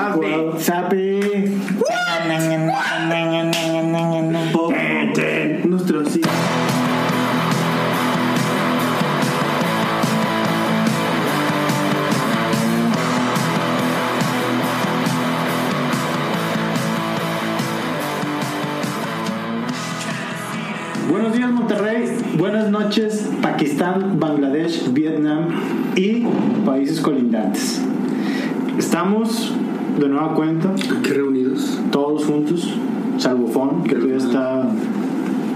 Sape. Sape. Poco. Unos trocitos. Buenos días Monterrey, buenas noches Pakistán, Bangladesh, Vietnam y países colindantes. Estamos de nueva cuenta, Aquí reunidos. todos juntos, salvo Fon, que todavía está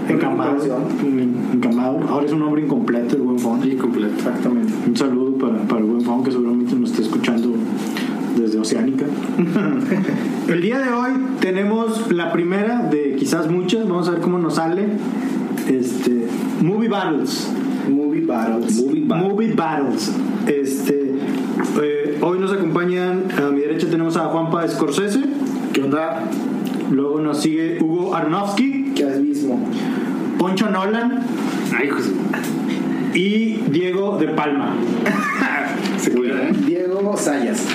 encamado, encamado. Ahora es un hombre incompleto el buen Fon. Incompleto. Exactamente. Un saludo para, para el buen Fon que seguramente nos está escuchando desde Oceánica. el día de hoy tenemos la primera de quizás muchas, vamos a ver cómo nos sale. Este, movie Battles. Movie Battles. Movie Battles. Este, eh, hoy nos acompañan, a mi derecha tenemos a Juanpa Scorsese. ¿Qué onda? Luego nos sigue Hugo Aronofsky. que es mismo. Poncho Nolan Ay, José. y Diego de Palma. Se cuida, ¿eh? Diego Sayas.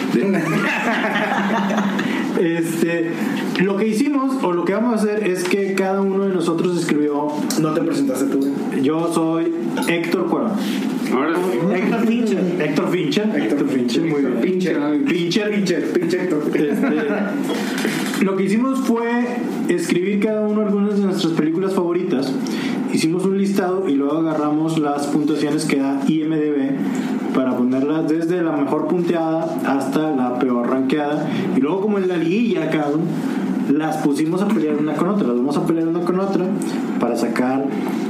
Este, lo que hicimos o lo que vamos a hacer es que cada uno de nosotros escribió. No te presentaste tú. güey. Yo soy Héctor Cuarón. Ahora Héctor Fincher. Héctor Fincher. Héctor Fincher, muy bien. Pinche. Fincher, Fincher. Pinche Héctor. Este, lo que hicimos fue escribir cada uno algunas de nuestras películas favoritas. Hicimos un listado y luego agarramos las puntuaciones que da IMDB para ponerlas desde la mejor punteada hasta la peor ranqueada. Y luego como en la liguilla cada uno, las pusimos a pelear una con otra. Las vamos a pelear una con otra para sacar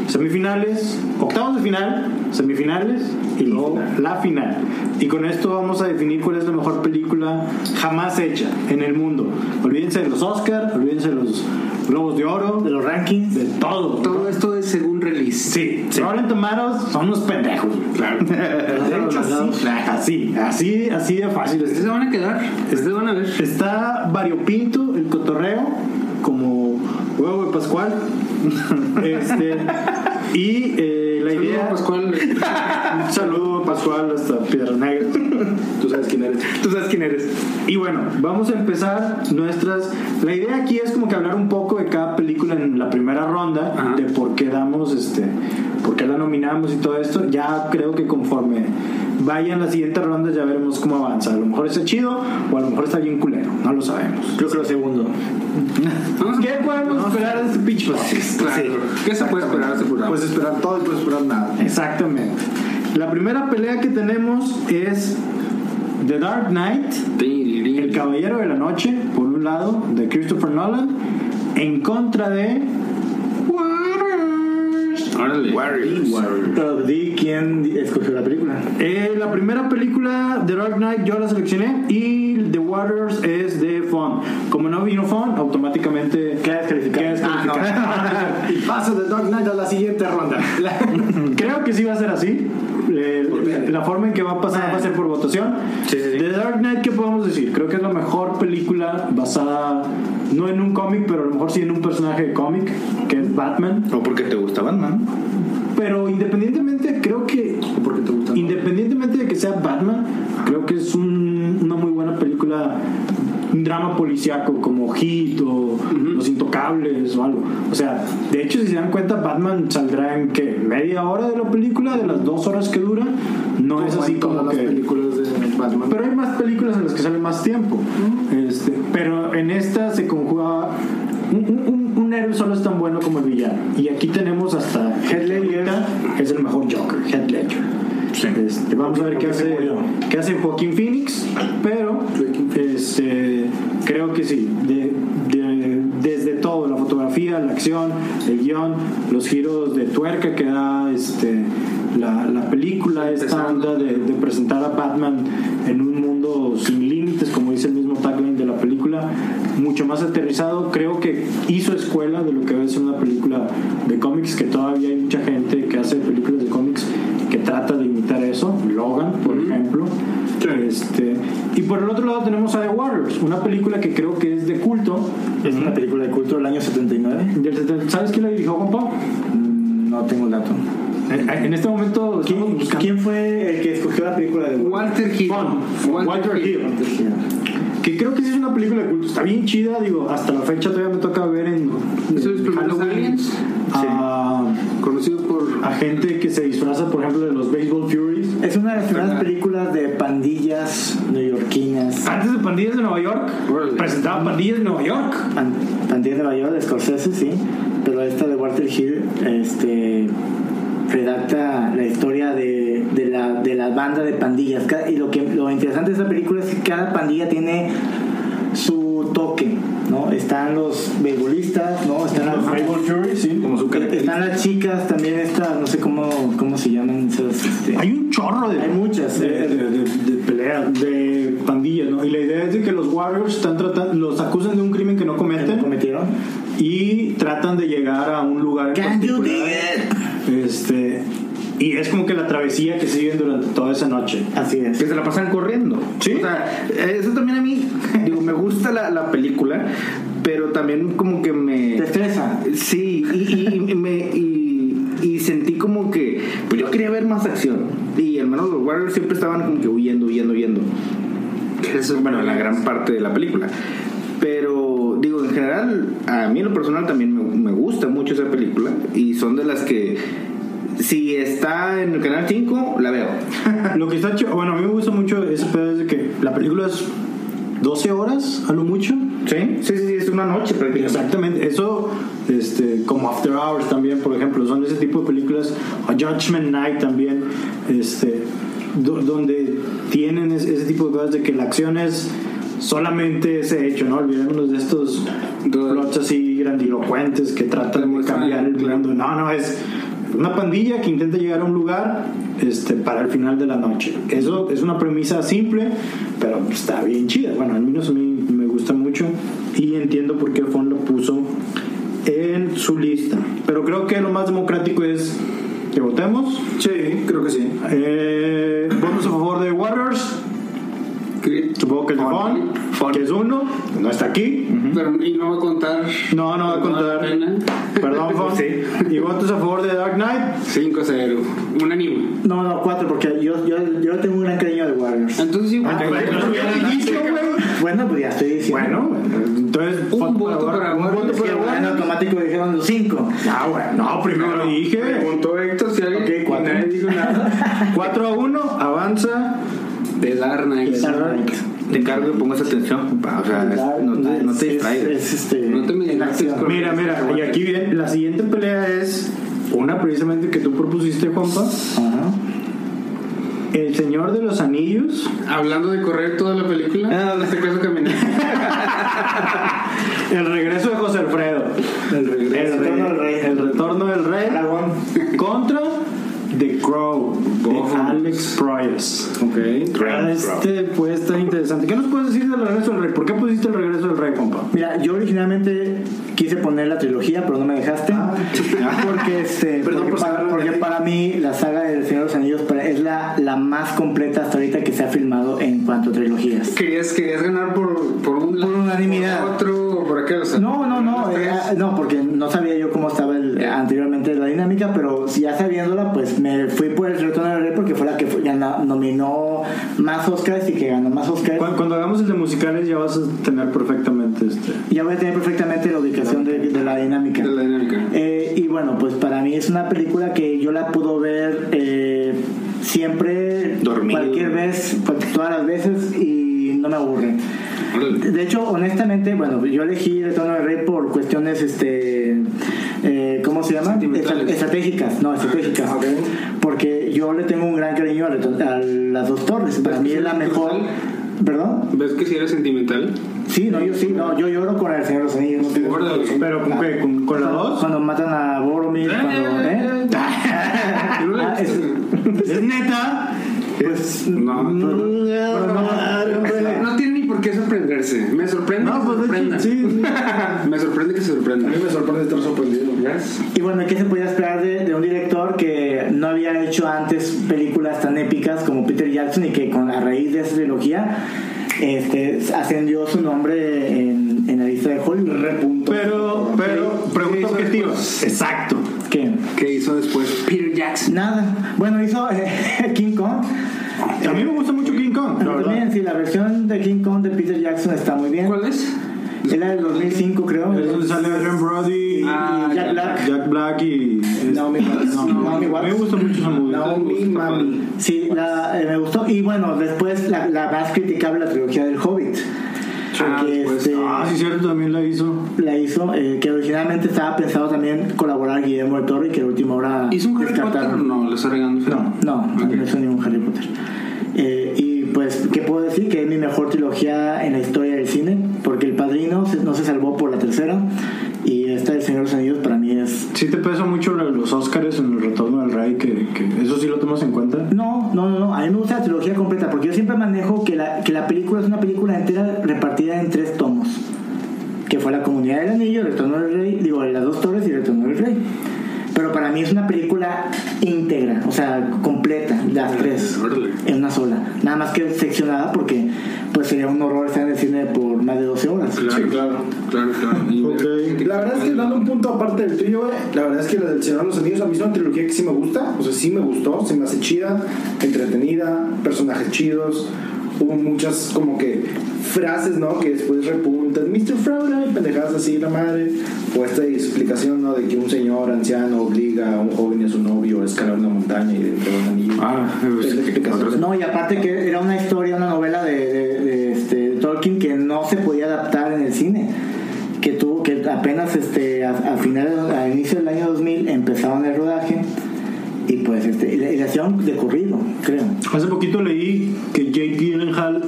semifinales, octavos de final, semifinales y luego la final. Y con esto vamos a definir cuál es la mejor película jamás hecha en el mundo. Olvídense de los Oscars, olvídense de los Globos de Oro, de los rankings, de todo. Todo esto es según release. Sí, sí. Rotten Tomatoes son unos pendejos. Claro. De hecho, sí. Así, así, así de fácil. Ustedes se van a quedar. Ustedes van a ver. Está variopinto el cotorreo, como huevo de Pascual. Este, y eh, la idea. Saludos, Pascual. Un saludo Pascual hasta Piedras Negras. Tú sabes quién eres. Tú sabes quién eres. Y bueno, vamos a empezar nuestras. La idea aquí es como que hablar un poco de cada película en la primera ronda, Ajá. de por qué damos, este, por qué la nominamos y todo esto. Ya creo que conforme vayan las siguientes rondas ya veremos cómo avanza. A lo mejor está chido o a lo mejor está bien culero. No lo sabemos. Yo creo segundo. ¿Qué podemos esperar de este pinche podcast? Pues Claro. ¿Qué se puede esperar de este programa? Puedes esperar todo y puedes esperar nada. Exactamente. La primera pelea que tenemos es The Dark Knight, El Caballero de la Noche, por un lado, de Christopher Nolan, en contra de. Waters. Órale. Pero di quién escogió la película. Eh, la primera película, The Dark Knight, yo la seleccioné y The Waters es de Fon. Como no vino Fon, automáticamente queda descalificado. Y paso de Dark Knight a la siguiente ronda. Creo que sí va a ser así. Eh, la forma en que va a pasar va a ser por votación. The Dark Knight, ¿qué podemos decir? Creo que es la mejor película basada, no en un cómic, pero a lo mejor sí en un personaje de cómic, que es Batman. O porque te gusta Batman. Pero independientemente, creo que. Porque te gusta. Independientemente de que sea Batman, creo que es un- una muy buena película, un drama policiaco como Hit o Los Intocables o algo. O sea, de hecho, si se dan cuenta, Batman saldrá en que media hora de la película, de las dos horas que dura. No es así como las que. películas de Batman. Pero hay más películas en las que sale más tiempo. Este, pero en esta se conjuga. Un, un- un- un héroe solo es tan bueno como el villano. Y aquí tenemos hasta Heath Ledger, que es el mejor Joker. Heath Ledger. Este, vamos a ver qué hace, qué hace Joaquín Phoenix, pero este, creo que sí. de- de- desde todo, la fotografía, la acción, el guión, los giros de tuerca que da este, la, la película, esta onda de, de presentar a Batman en un mundo sin límites, como dice el mismo tagline de la película, mucho más aterrizado. Creo que hizo escuela de lo que ves en una película de cómics, que todavía hay mucha gente que hace películas de cómics que trata de imitar eso. Logan, por ejemplo. Este, y por el otro lado tenemos a The Warriors, una película que creo que es de culto. Es una película de culto del año 79. del 70. ¿Sabes quién la dirigió, compa? Mm, No tengo el dato. En en este momento estamos ¿Quién, buscando. quién fue el que escogió la película de Walter Hill. Fon. Walter Hill. que creo que sí es una película de culto. Está bien chida, digo, hasta la fecha todavía me toca ver en, ¿Es de los en primeros aliens? a, Conocido por. a gente que se disfraza, por ejemplo, de los Baseball Furies. Es una de las primeras Ajá. películas de pandillas neoyorquinas. Antes de Pandillas de Nueva York, Órale. presentaba Pandillas de Nueva York. Pan- Pandillas de Nueva York, de Scorsese, sí. Pero esta de Walter Hill este, redacta la historia de, de la, de la banda de pandillas. Ca- Y lo, que, lo interesante de esta película es que cada pandilla tiene su toque. ¿no? Están los beisbolistas, ¿no? están las- Furies, sí. Como su característica. Están las chicas, también estas, no sé cómo, cómo se llaman esas. este, Hay un chorro de, hay muchas. de, eh, de- de- de peleas, de pandillas, ¿no? Y la idea es de que los Warriors están tratando, los acusan de un crimen que no que cometen cometieron. y tratan de llegar a un lugar en Can you particular. Este, y es como que la travesía que siguen durante toda esa noche. Así es. que se la pasan corriendo. Sí. O sea, eso también a mí, digo, me gusta la, la película, pero también como que me... Te estresa. Sí, y, y- y me, y, y sentí como que pues yo quería ver más acción. Y al menos los Warriors siempre estaban como que huyendo, huyendo, huyendo. Que Eso es bueno, la gran parte de la película. Pero digo, en general, a mí en lo personal también me, me gusta mucho esa película. Y son de las que, si está en el canal 5, la veo. Lo que está chido, bueno, a mí me gusta mucho ese pedo es de que la película es 12 horas a lo mucho. Sí, sí, sí, es una noche prácticamente. Exactamente, eso este, como After Hours también, por ejemplo, son ese tipo de películas, o Judgment Night también, este, do- donde tienen es- ese tipo de cosas de que la acción es solamente ese hecho, ¿no? Olvidémonos de estos plots así grandilocuentes que tratan de cambiar el mundo. No, no, es una pandilla que intenta llegar a un lugar este, para el final de la noche. Eso es una premisa simple, pero está bien chida. Bueno, al menos a mí me gusta mucho y entiendo por qué Fon lo puso en su lista. Pero creo que lo más democrático es que votemos. Sí, creo que sí. Eh, votos a favor de Warriors. que- Supongo que es de Fon, que es uno, no está aquí. Pero, y no va a contar. No, no va a contar. Pena. Perdón, Fon. Sí. Y votos a favor de Dark Knight. 5-0. Un anime. No, no, cuatro, porque yo, yo, yo tengo un gran cariño de Warriors. Entonces, sí, Ok, bueno, no lo hubieras dicho, güey. Bueno, pues ya estoy diciendo. Bueno, entonces un voto voto para Warriors. Es que, bueno, en automático dijeron los cinco. Ah, bueno, no, primero dije Preguntó Héctor si alguien. Ok, cuatro. y nadie dijo nada. 4 a 1, avanza. De Dark Knight. Te cargo y pongo esa atención. pa, O sea, Pues, es- no, te- no te Es- distraigas. Es, este, No te me en digas que es acción. correcto. Mira, mira, y aquí viene la siguiente pelea es una precisamente que tú propusiste, Juanpa. Ajá. El Señor de los Anillos. Hablando de correr toda la película. Ah, en este caso caminar. El regreso de José Alfredo. El regreso. El, retorno del rey. retorno del rey. Dragón. Contra The Crow de Bojo. Alex Proyas. ok. Este puede estar interesante. ¿Qué nos puedes decir del regreso del rey? ¿Por qué pusiste el regreso del rey, Juanpa? Mira, yo originalmente quise poner la trilogía, pero no me dejaste. Porque, este, Perdón porque, por para, sacarlo de porque ahí. para mí la saga del Señor de los Anillos para- es la, la más completa hasta ahorita que se ha filmado en cuanto a trilogías. Querías, querías ganar por, por un lado, unanimidad. por otro o por aquel. O sea, No, no, no, tres. eh, no, porque no sabía yo cómo estaba el- anteriormente la dinámica, pero ya sabiéndola, pues me fui por el retorno del rey porque fue la que fue- gana- nominó más Oscars y que ganó más Oscars. Cuando, cuando hagamos el de musicales ya vas a tener perfectamente este. Ya voy a tener perfectamente la ubicación de, de la dinámica. De la dinámica. Eh, y bueno, pues para mí es una película que yo la puedo ver eh, siempre, Dormido. cualquier vez, cual- todas las veces y no me aburre. De hecho, honestamente, bueno, yo elegí Retorno del Rey por cuestiones, este, eh, ¿cómo se llama? Sentimentales. Estra- estratégicas, no, estratégicas. Ok. Porque yo le tengo un gran cariño a, Retor- a las dos torres. Para mí es la mejor. ¿Perdón? ¿Ves que si eres sentimental? Sí, no, yo sí, no, yo lloro con el Señor de los Anillos. Pero con qué? ¿Con, con la dos? Cuando matan a Boromir, cuando. ¿eh? Ah, es- Es neta. pues, No. No tiene ni por qué sorprenderse. Me sorprende No, que se pues de hecho, sorprenda. sí. sí. Me sorprende que se sorprenda. A mí me sorprende estar sorprendido. Yes. Y bueno, ¿qué se podía esperar de, de un director que no había hecho antes películas tan épicas como Peter Jackson y que con a raíz de esa trilogía este, ascendió su nombre en, en la lista de Hollywood? Repunto. Pero, pero, pregunta Sí, objetiva. sí. Exacto. ¿Qué? ¿Qué hizo después Peter Jackson? Nada. Bueno, hizo eh, King Kong. A mí me gusta mucho King Kong. la Pero verdad. también, sí, la versión de King Kong de Peter Peter Jackson está muy bien. ¿Cuál es? Era del 2005, creo. Es donde sale Adrian Brody, Ah, Y Jack ya. Black. Jack Black y. este, Naomi Watts. No, Naomi Me Watts. gusta mucho esa movie. Naomi Mami. Sí, la- eh, me gustó. Y bueno, después la, la más criticable, la trilogía del Hobbit. Ah, que pues, este, Ah, sí, cierto, también la hizo. la hizo, eh, que originalmente estaba pensado también colaborar Guillermo del Toro y que a última hora ¿Hizo un Harry Potter o descartaron. no? ¿Lo está regando? No, no, Ok. no hizo ningún Harry Potter. Eh, y pues, ¿qué puedo decir? Que es mi mejor trilogía en la historia del cine, porque El Padrino se- no se salvó por la tercera, y esta del Señor de los Anillos para mí es... Sí te pesa mucho lo de los Oscars en el retorno del rey, que, que eso sí lo tomas en cuenta. No, no, no, no, a mí me gusta la trilogía completa, porque yo siempre manejo que la, que la película es una película entera repartida en tres tomos, que fue La Comunidad del Anillo, Retorno del Rey, digo, Las Dos Torres y Retorno del Rey. Pero para mí es una película íntegra, o sea, completa, las tres. Órale. en una sola. Nada más que seccionada porque pues sería un horror estar en el cine por más de 12 horas. Claro, claro. claro, claro. Y- Ok. La verdad es que dando un punto aparte del tuyo, güey, la verdad es que la del Señor de los Anillos a mí es una trilogía que sí me gusta, o sea, sí me gustó, se me hace chida, entretenida, personajes chidos, hubo muchas como que frases, ¿no? Que después repuntan, Mr. Frodo, y pendejadas así, la madre, o esta explicación, ¿no? De que un señor anciano obliga a un joven y a su novio a escalar una montaña y dentro de un anillo. Ah, pues, Es la que- explicación. otras- No, y aparte que era una historia, una novela de, de- de, este, de Tolkien que no se podía adaptar en el cine. Que tuvo que apenas este, a, a finales, a inicio del año 2000 empezaron el rodaje y pues este, y le, y le hacían de corrido, creo. Hace poquito leí que Jake Gyllenhaal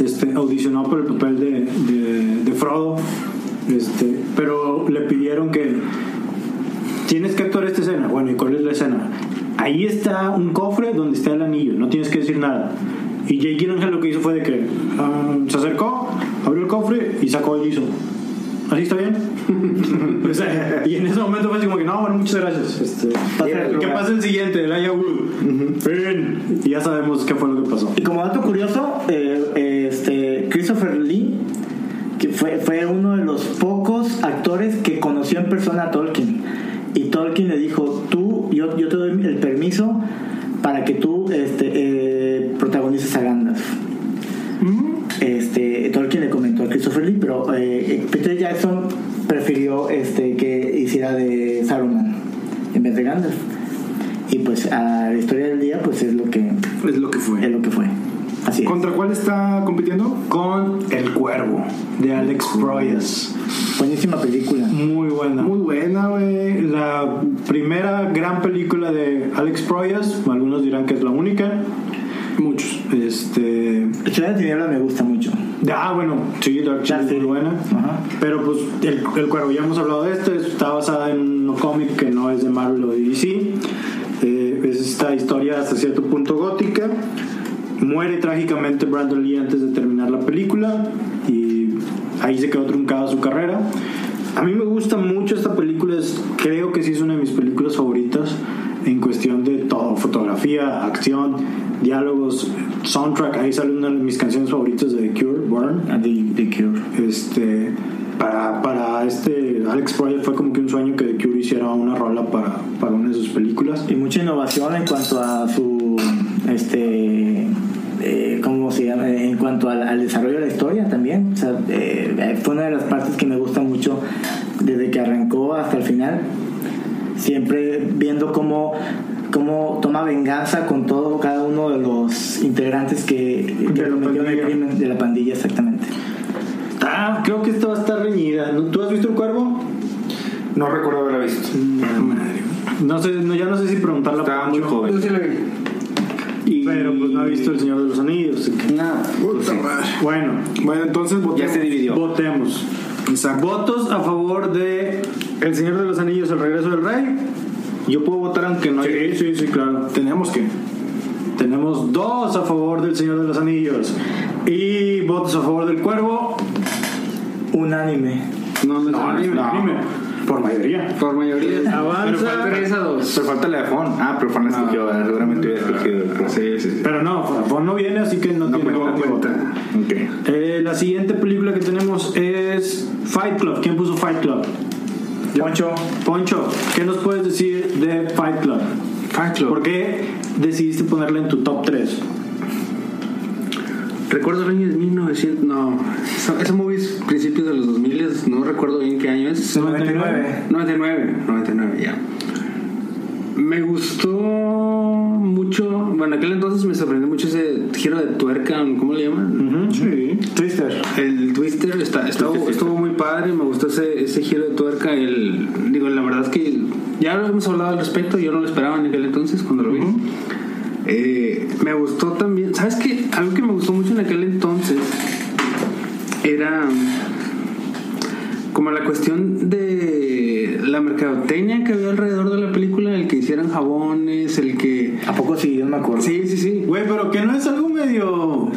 este, audicionó por el papel de, de- de Frodo, este, pero le pidieron que tienes que actuar esta escena. Bueno, ¿y cuál es la escena? Ahí está un cofre donde está el anillo, no tienes que decir nada. Y Jake Gyllenhaal lo que hizo fue de que ah, se acercó, abrió el cofre y sacó el liso. ¿Así está bien? O sea, y en ese momento fue así como que, no, bueno, muchas gracias. Este, Pasa el ¿Qué rodaje. pasa el siguiente? El Aya Fin. Y ya sabemos qué fue lo que pasó. Y como dato curioso, eh, eh, este, Christopher Lee, que fue, fue uno de los pocos actores que conoció en persona a Tolkien. Y Tolkien le dijo, tú, yo, yo te doy el permiso para que tú este, eh, protagonices a Gandalf. Este, Tolkien le comentó a Christopher Lee, pero eh, Peter Jackson prefirió este, que hiciera de Saruman en vez de Gandalf. Y pues a la historia del día pues es lo que Es lo que fue. es lo que fue. Así es. ¿Contra cuál está compitiendo? Con El Cuervo, de Alex Proyas. Buenísima película. Muy buena. Muy buena, güey. La primera gran película de Alex Proyas, algunos dirán que es la única. Muchos. Este. Historia de Tinieblas me gusta mucho. Ah, bueno, sí, Dark Shadow es serie. muy buena. Ajá. Pero pues el, el cuervo, ya hemos hablado de este, está basada en un cómic que no es de Marvel o de DC. Eh, es esta historia hasta cierto punto gótica. Muere trágicamente Brandon Lee antes de terminar la película y ahí se quedó truncada su carrera. A mí me gusta mucho esta película, es- creo que sí es una de mis películas favoritas en cuestión de todo, fotografía, acción, diálogos, soundtrack, ahí sale una de mis canciones favoritas de The Cure, Burn The, Cure. este para, para este Alex Project fue como que un sueño que The Cure hiciera una rola para, para una de sus películas Y mucha innovación en cuanto a su. Este. eh, ¿Cómo se llama? En cuanto al, al desarrollo de la historia también. O sea, eh, eh, fue una de las partes que me gusta mucho desde que arrancó hasta el final. Siempre viendo cómo, cómo toma venganza con todo cada uno de los integrantes que, que la cometieron el pandilla. crimen de la pandilla, exactamente. Está- creo que esta va a estar reñida ¿No- ¿tú has visto El Cuervo? No recuerdo haberla visto. no sé no- ya no sé si preguntarla Estaba muy joven. Yo sí la vi. pero pues no ha visto El Señor de los Anillos así que- Puta madre. bueno Bueno, entonces Ya se dividió. votemos votos a favor de El Señor de los Anillos El Regreso del Rey yo puedo votar aunque no haya- sí, sí, claro Tenemos que. Tenemos dos a favor del Señor de los Anillos y votos a favor del Cuervo. Unánime. No, no, no. Dime, no. dime. Por mayoría. Por mayoría. Avanza. Pero falta esa dos. Pues, Pero falta el iPhone. Ah, pero Fon la escogió. eh, Seguramente hubiera escogido. el pues, iPhone. Sí, sí, sí. Pero no, Fon no viene, así que no, pues, No tiene cuenta, no voto. cuenta. este. Ok. Eh, la siguiente película que tenemos es Fight Club. ¿Quién puso Fight Club? Poncho. Poncho, ¿qué nos puedes decir de Fight Club? Fight Club. ¿Por qué decidiste ponerla en tu top 3? Recuerdo el año de 1900. No, esa, esa movie es principios de los 2000, no recuerdo bien qué año Pues es. 99. 99, 99, ya. Me gustó mucho. Bueno, aquel entonces me sorprendió mucho ese giro de tuerca, ¿cómo le llaman? Sí. Twister. El Twister está, estuvo, estuvo muy padre, me gustó ese, ese giro de tuerca. El, digo, la verdad es que ya lo hemos hablado al respecto, yo no lo esperaba en aquel entonces cuando lo vi. Eh, me gustó también, ¿sabes qué? Algo que me gustó mucho en aquel entonces era como la cuestión de la mercadotecnia que había alrededor de la película, el que hicieran jabones, el que... ¿A poco sí? Yo no me acuerdo. Sí, sí, sí. Güey, pero que no es algo medio.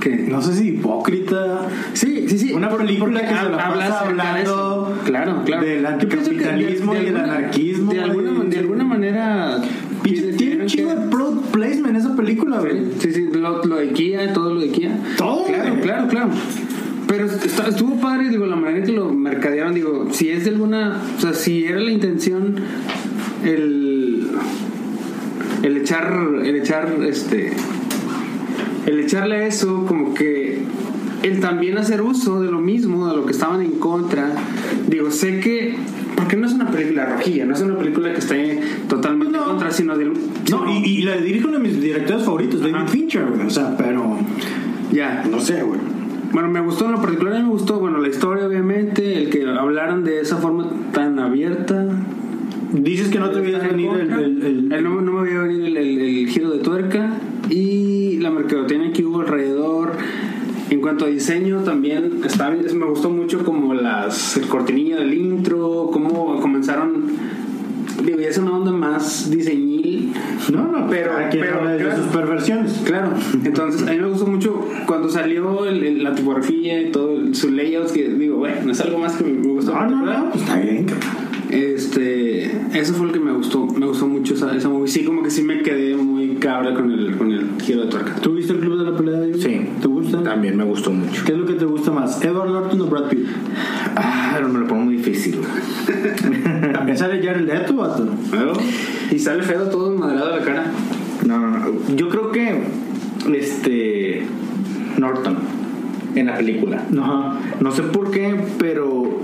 ¿Qué? No sé si hipócrita. Sí, sí, sí. Una película Porque que se la pasa hablas acerca de hablando eso. claro, claro. del Yo pienso que anticapitalismo y del alguna- anarquismo, De alguna, güey. de alguna manera. Pinche- Tiene un chido de pro placement esa película, güey. Sí, sí, lo, lo de Kia, todo lo de Kia. Todo, Claro, güey. claro, claro. Pero est- estuvo padre, digo, la manera en que lo mercadearon, digo, si es de alguna. O sea, si era la intención el. El echar. El echar este. El echarle a eso, como que. El también hacer uso de lo mismo, de lo que estaban en contra. Digo, sé que. Porque no es una película rojilla, no es una película que esté totalmente en contra, sino de. No, y, y la dirige uno de mis directores favoritos, Ajá. David Fincher, güey. O sea, pero. Ya. No sé, güey. Bueno, me gustó en lo particular, a mí me gustó, bueno, la historia obviamente, el que hablaran de esa forma tan abierta. Dices que no te habías venido el. el- el- El- no, no me había venido el, el- el giro de tuerca y la mercadotecnia que hubo alrededor. En cuanto a diseño, también está bien, es- me gustó mucho como las, el cortinillo del intro, cómo comenzaron, digo, ya es una onda más diseñil, No, no, pero. Pero- pero- habla de claro. sus perversiones. Claro, entonces a mí me gustó mucho cuando salió el- el- la tipografía y todo el- su layout, que digo, bueno, es algo más que me, me gustó. No, no, no. pues Está bien, cabrón. Este, eso fue lo que me gustó, me gustó mucho esa, esa movie. Sí, como que sí me quedé muy cabra con el, con el giro de tuerca. ¿Tú viste el club de la pelea Diego? Sí. ¿Te gusta? También me gustó mucho. ¿Qué es lo que te gusta más? ¿Edward Norton o Brad Pitt? Ah, pero me lo pongo muy difícil. También sale Jared Leto, vato. Y sale feo todo madrado a la cara. No, no, no. Yo creo que. Este. Norton. En la película. Ajá. No sé por qué, pero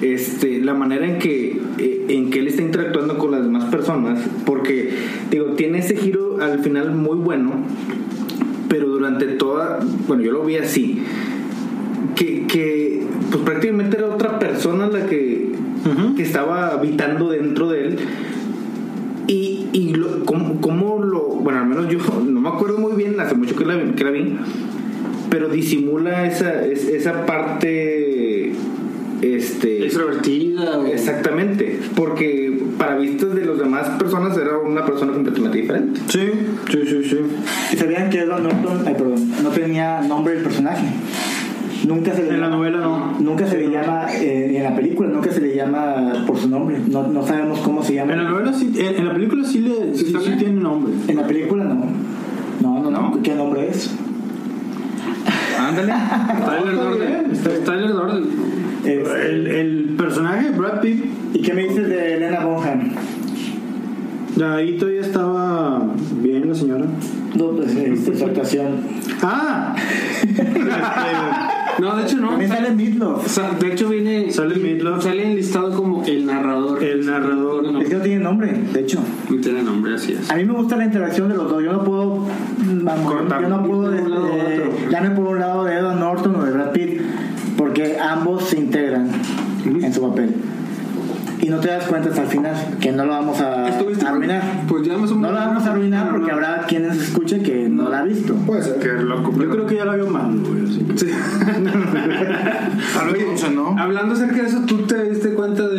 este, la manera en que, eh, en que él está interactuando con las demás personas, porque digo, tiene ese giro al final muy bueno, pero durante toda, bueno, yo lo vi así, que, que pues prácticamente era otra persona la que, que estaba habitando dentro de él. Y, y lo, cómo, cómo lo, bueno, al menos yo no me acuerdo muy bien, hace mucho que la, vi- que la vi, pero disimula esa, es- esa parte este Extrovertida. o- exactamente porque para vistas de las demás personas era una persona completamente diferente Sí, sí, sí, sí. ¿Y sabían que Edward Norton, ay, perdón, no tenía nombre el personaje? Nunca se le En la llama- novela no. Nunca se le llama, eh, en la película, nunca se le llama por su nombre. No, no sabemos cómo se llama. En la novela sí, en, en la película sí le sí, sí tiene nombre. En la película no. No, no, no. ¿Qué nombre es? Ándale. Tyler está Durden. bien, está bien. Tyler Durden. Es- El, el personaje de Brad Pitt, ¿Y qué me dices de Elena Bonham? ahí todavía estaba bien la señora. No, pues, este, su actuación. ¡Ah! Este, No, de hecho no. También sale Midlof. O sea, de hecho viene. Sale Midloff. Sale enlistado como el narrador. el narrador. No, Es que no tiene nombre, de hecho. no tiene nombre, así es. A mí me gusta la interacción de los dos. Yo no puedo. mm, vamos, Cortar. yo no puedo. De un lado a eh, otro. ya me por un lado de Edward Norton o de Brad Pitt. Porque ambos se integran en su papel. Y no te das cuenta hasta el final. Que no lo vamos a ¿Estuviste con- arruinar. Pues ya más o No menos. lo vamos a arruinar porque habrá quienes escuchen que no la ha visto. Puede ser. Qué loco. Yo creo que ya la vio mal, güey. así que- Oye, Hablando acerca de eso, ¿tú te diste cuenta de,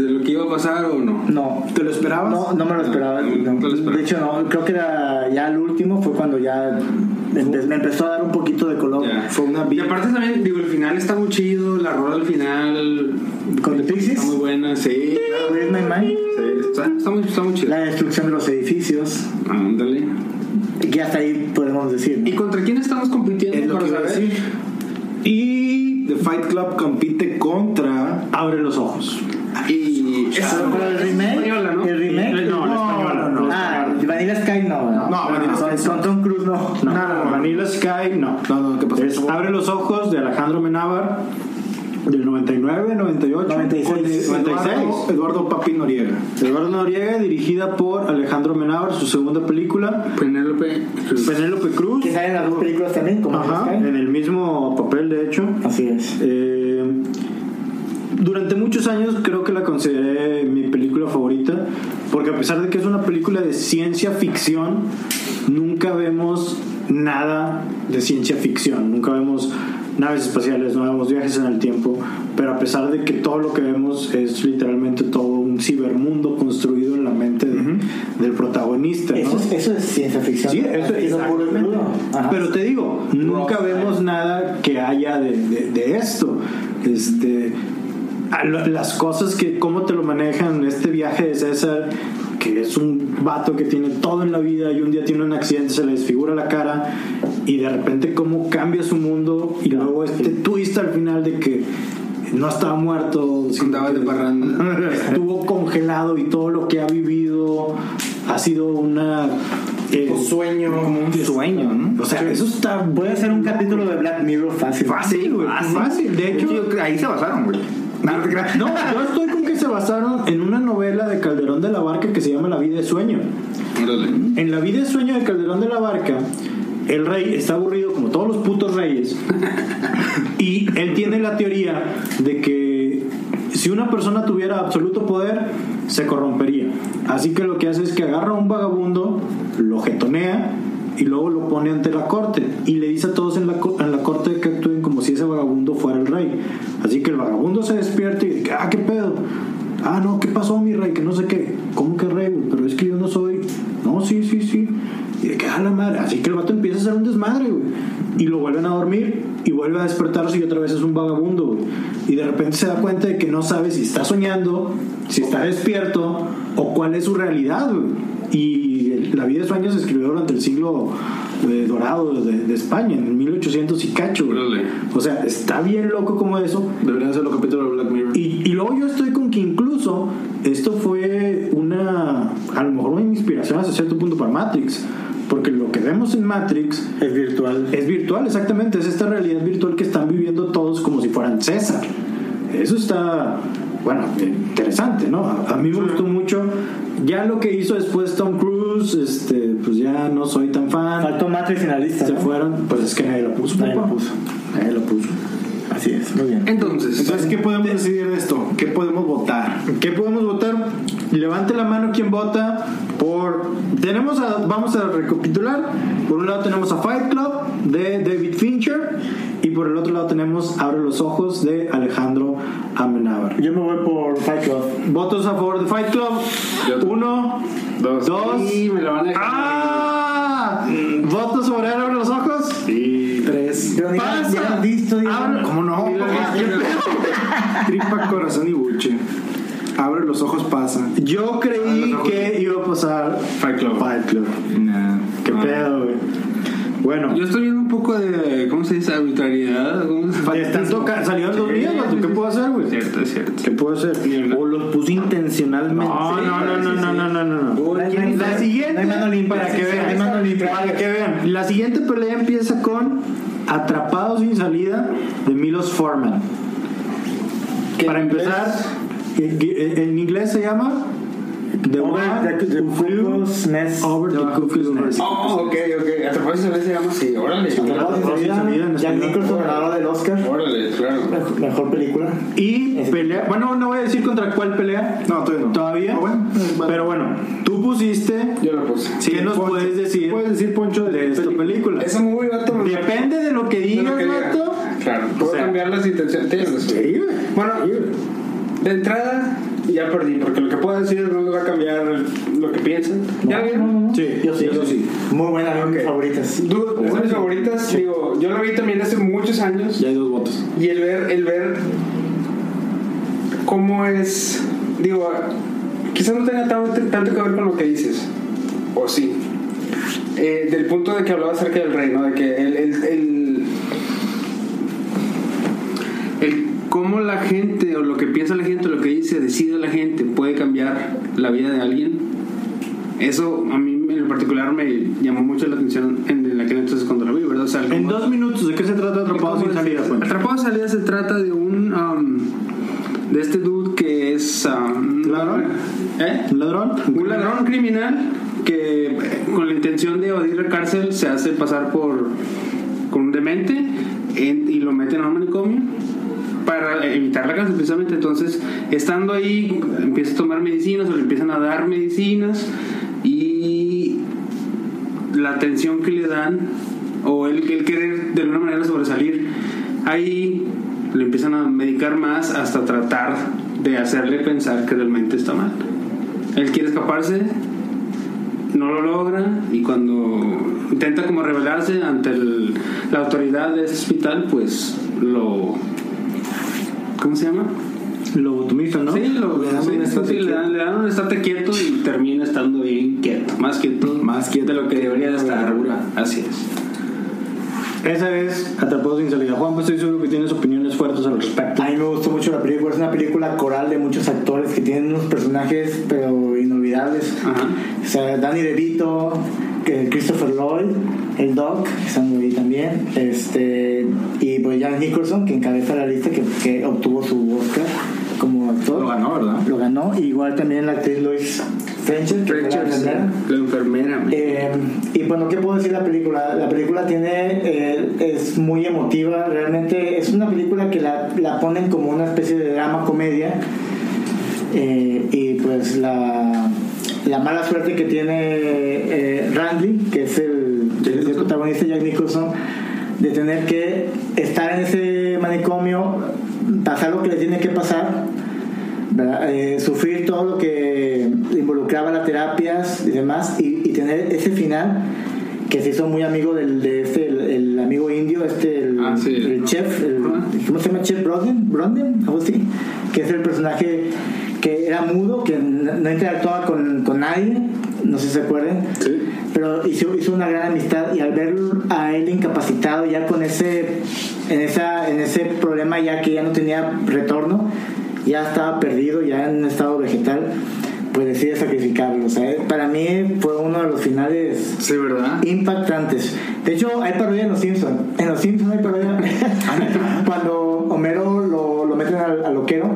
de lo que iba a pasar o no? No. ¿Te lo esperabas? No, no me lo esperaba. No, no. no lo esperaba. De hecho, no. Creo que era ya el último fue cuando ya empe- me empezó a dar un poquito de color. Ya. Fue una Y vida. aparte también, digo, el final está muy chido, la rola al final Con The está muy Pixies, buena, sí. Where's My Mind, sí, Está, está muy, está muy chido. Ah, la destrucción de los edificios, Ándale. que hasta ahí podemos decir. ¿no? ¿Y contra quién estamos compitiendo? Es lo para que iba a saber? decir. Y The Fight Club compite contra. Abre los ojos. Ah, Y Ah, Pero con el remake, española, ¿no? el remake, No, la Eh, española, no. Ah, Vanilla Sky No, no. Vanilla Sky son, son Tom Cruise no. No, Vanilla Sky, no. No, no, ¿qué pasó? Es Abre los ojos de Alejandro Menábar, del 99, 98, 96. 96. Eduardo, Eduardo Papi Noriega. Eduardo Noriega, dirigida por Alejandro Menábar, su segunda película. Penélope. Penélope Cruz, Que salen las dos películas también, como ajá, Sky. en el mismo papel, de hecho. Así es. Eh, durante muchos años creo que la consideré mi película favorita, porque a pesar de que es una película de ciencia ficción, nunca vemos nada de ciencia ficción, nunca vemos naves espaciales, no vemos viajes en el tiempo, pero a pesar de que todo lo que vemos es literalmente todo un cibermundo construido en la mente de- del protagonista. ¿no? Eso, es, eso es ciencia ficción. Sí, eso es- lo puro y crudo. Ajá. Pero te digo, nunca vemos nada que haya de, de- de esto. Este, a lo- las cosas que, cómo te lo manejan, este viaje de César, que es un vato que tiene todo en la vida y un día tiene un accidente, se le desfigura la cara y de repente cómo cambia su mundo y luego este twist al final de que no estaba muerto, sino Andaba de que- parranda. estuvo congelado y todo lo que ha vivido ha sido una eh, Un sueño. Como un sueño, ¿no? O sea, eso está Puede ser un capítulo de Black Mirror fácil. fácil, güey. Fácil. De hecho, Yo- ahí se basaron, güey. No, no te creas. no, yo estoy con que se basaron en una novela de Calderón de la Barca que se llama La vida de sueño. Órale. En La vida de sueño de Calderón de la Barca, el rey está aburrido como todos los putos reyes. Y él tiene la teoría de que si una persona tuviera absoluto poder, se corrompería. Así que lo que hace es que agarra a un vagabundo, lo jetonea y luego lo pone ante la corte. Y le dice a todos en la, co- en la corte que actúen como si ese vagabundo fuera el rey. Así que el vagabundo se despierta y dice, ah, qué pedo. Ah, no, ¿qué pasó, mi rey? Que no sé qué. ¿Cómo que rey? güey? Pero es que yo no soy. No, sí, sí, sí. Y de que, ah, la madre. Así que el vato empieza a hacer un desmadre, güey. Y lo vuelven a dormir y vuelve a despertarse y otra vez es un vagabundo, güey. Y de repente se da cuenta de que no sabe si está soñando, si está despierto o cuál es su realidad, güey. Y el- La vida de sueños se escribió durante el siglo eh, dorado de, de España, en 1800 y cacho, güey. Órale. O sea, está bien loco como eso, Deberían ser los capítulos de Black Mirror. y, y luego yo estoy con que incluso esto fue una, a lo mejor una inspiración hasta cierto punto para Matrix, porque lo que vemos en Matrix Es virtual. es virtual, exactamente, es esta realidad virtual que están viviendo todos como si fueran César. Eso está, bueno, eh, interesante, ¿no? A, a mí me gustó mucho. Ya lo que hizo después Tom Cruise, este, pues ya no soy tan fan. Faltó Matrix en la lista. Se ¿no? fueron, pues es que nadie lo puso. Nadie lo papá. puso. Nadie lo puso. Así es, muy bien. Entonces, Entonces, ¿qué podemos decidir de esto? ¿Qué podemos votar? ¿Qué podemos votar? Levante la mano quien vota por... Tenemos a, vamos a recapitular. Por un lado tenemos a Fight Club de David Fincher y por el otro lado tenemos Abre los Ojos de Alejandro Amenábar. Yo me voy por Fight Club. Votos a favor de Fight Club. Uno, dos. y me lo van a dejar. ¡Ah! ¿Votos sobre Abre los Ojos? Tres. Pero ni- ya lo ¡Pasa! has visto, Diego. Abre- ¿Cómo no? papá? ¿Qué pedo? Tripa, corazón y buche. Abre los ojos, pasa. Yo creí ojos. que iba a pasar Fight Club. Fight Club. ¿Qué pedo, güey? Bueno. Yo estoy viendo un poco de, ¿cómo se dice? Arbitrariedad. ¿Cómo se Te están toca- salieron dos días, vato, ¿qué puedo hacer, güey? Es cierto, es cierto. ¿Qué puedo hacer? O los puso intencionalmente. No, no, no, no, no, no, no, no. No hay mano- La siguiente, no hay mano limpia. para que Sí, sí, no hay vean, mano limpia. para que vean. La siguiente pelea empieza con Atrapados sin salida de Milos Forman. Para empezar, en en inglés se llama The Over One the- the Who Flew Cuckoo's Nest. Over the Cuckoo's Nest. Oh, ok, ok. Atrapados y se llama así. Órale. Atrapados sin Atrapados sin salida en salida, Jack español. Nicholson ganador del Oscar. Órale, claro. Mejor- Mejor película. Y pelea, bueno, no voy a decir contra cuál pelea. No, todavía no. Todavía. Ah, bueno. Pero bueno, tú pusiste Yo lo puse. Sí, ¿Qué nos Poncho. puedes decir Puedes decir, Poncho, de, de esta película? Esa movie, vato, me- Depende de lo que de digas, lo que diga. vato. Claro. Puedo O sea, cambiar las intenciones. Tienes razón. Bueno, de entrada, ya perdí, porque lo que puedo decir no va a cambiar lo que piensan. ¿Ya lo vieron? Sí, Yo sí, yo sí. Muy buena, de mis Ok. favoritas. Du- Es de mis favoritas, digo, yo la vi también hace muchos años. Ya hay dos votos. Y el ver, el ver cómo es, digo, quizás no tenga tan- tanto que ver con lo que dices, o sí. Eh, del punto de que hablaba acerca del rey, ¿no? De que el, el, el, el cómo la gente, o lo que piensa la gente, o lo que dice, decide la gente, puede cambiar la vida de alguien. Eso a mí me lo en particular me llamó mucho la atención en, en aquel entonces cuando la vi, ¿verdad? O sea, En como- dos minutos, ¿de qué se trata Atrapados sin ¿Cómo salida, pues? es? Juan? Atrapado sin salida se trata de un. um, de este dude que es. um, ¿Ladrón? ¿Eh? ¿Un ladrón? Un ladrón criminal que eh, con la intención de evadir la cárcel se hace pasar por con un demente en- y lo meten a un manicomio para evitar la cárcel precisamente entonces estando ahí empieza a tomar medicinas o le empiezan a dar medicinas y la atención que le dan o el, el querer de alguna manera sobresalir, ahí le empiezan a medicar más hasta tratar de hacerle pensar que realmente está mal. Él quiere escaparse, no lo logra y cuando intenta como rebelarse ante el- la autoridad de este hospital, pues lo... ¿Cómo se llama? Lo botumizan, ¿no? Sí, lo, Le dan sí, un sí, estate sí, le, dan, le dan un estate quieto y termina estando bien quieto, más quieto, Más de quieto lo que que debería de una estar. verdura. Así es. Esa es Atrapados sin salida. Juan, pues estoy seguro que tienes opiniones fuertes al respecto. A mí me gustó mucho la película, es una película coral de muchos actores que tienen unos personajes pero inolvidables. Ajá. O sea, Danny DeVito, que- Christopher Lloyd, el Doc, que están ahí también, este, y Boyan Nicholson, que encabeza la lista, que, que obtuvo su Oscar como actor. Lo ganó, ¿verdad? Lo ganó, igual también la actriz Lois Frencher, que fue la Richards, primera. la enfermera. me- Eh, y bueno, ¿qué puedo decir de la película? La película tiene, eh, es muy emotiva, realmente es una película que la, la ponen como una especie de drama comedia Eh, y pues la, la mala suerte que tiene eh, Randy, que es el, el protagonista Jack Nicholson, de tener que estar en ese manicomio, pasar lo que le tiene que pasar ¿verdad? Eh, sufrir todo lo que involucraba las terapias y demás y, y tener ese final que se hizo muy amigo del de este, el, el amigo indio este el, Ah, sí. el chef el- cómo se llama chef Broden Broden algo así que es el personaje que era mudo que n- no interactuaba con, con nadie no sé si se acuerdan pero hizo, hizo una gran amistad y al ver a él incapacitado ya con ese en esa en ese problema ya que ya no tenía retorno ya estaba perdido ya en un estado vegetal pues decide sacrificarlo o sea, eh, para mí fue uno de los finales Sí, ¿verdad? impactantes de hecho hay parodia en los Simpsons en los Simpsons hay parodia Ah, cuando Homero lo, lo meten al, al loquero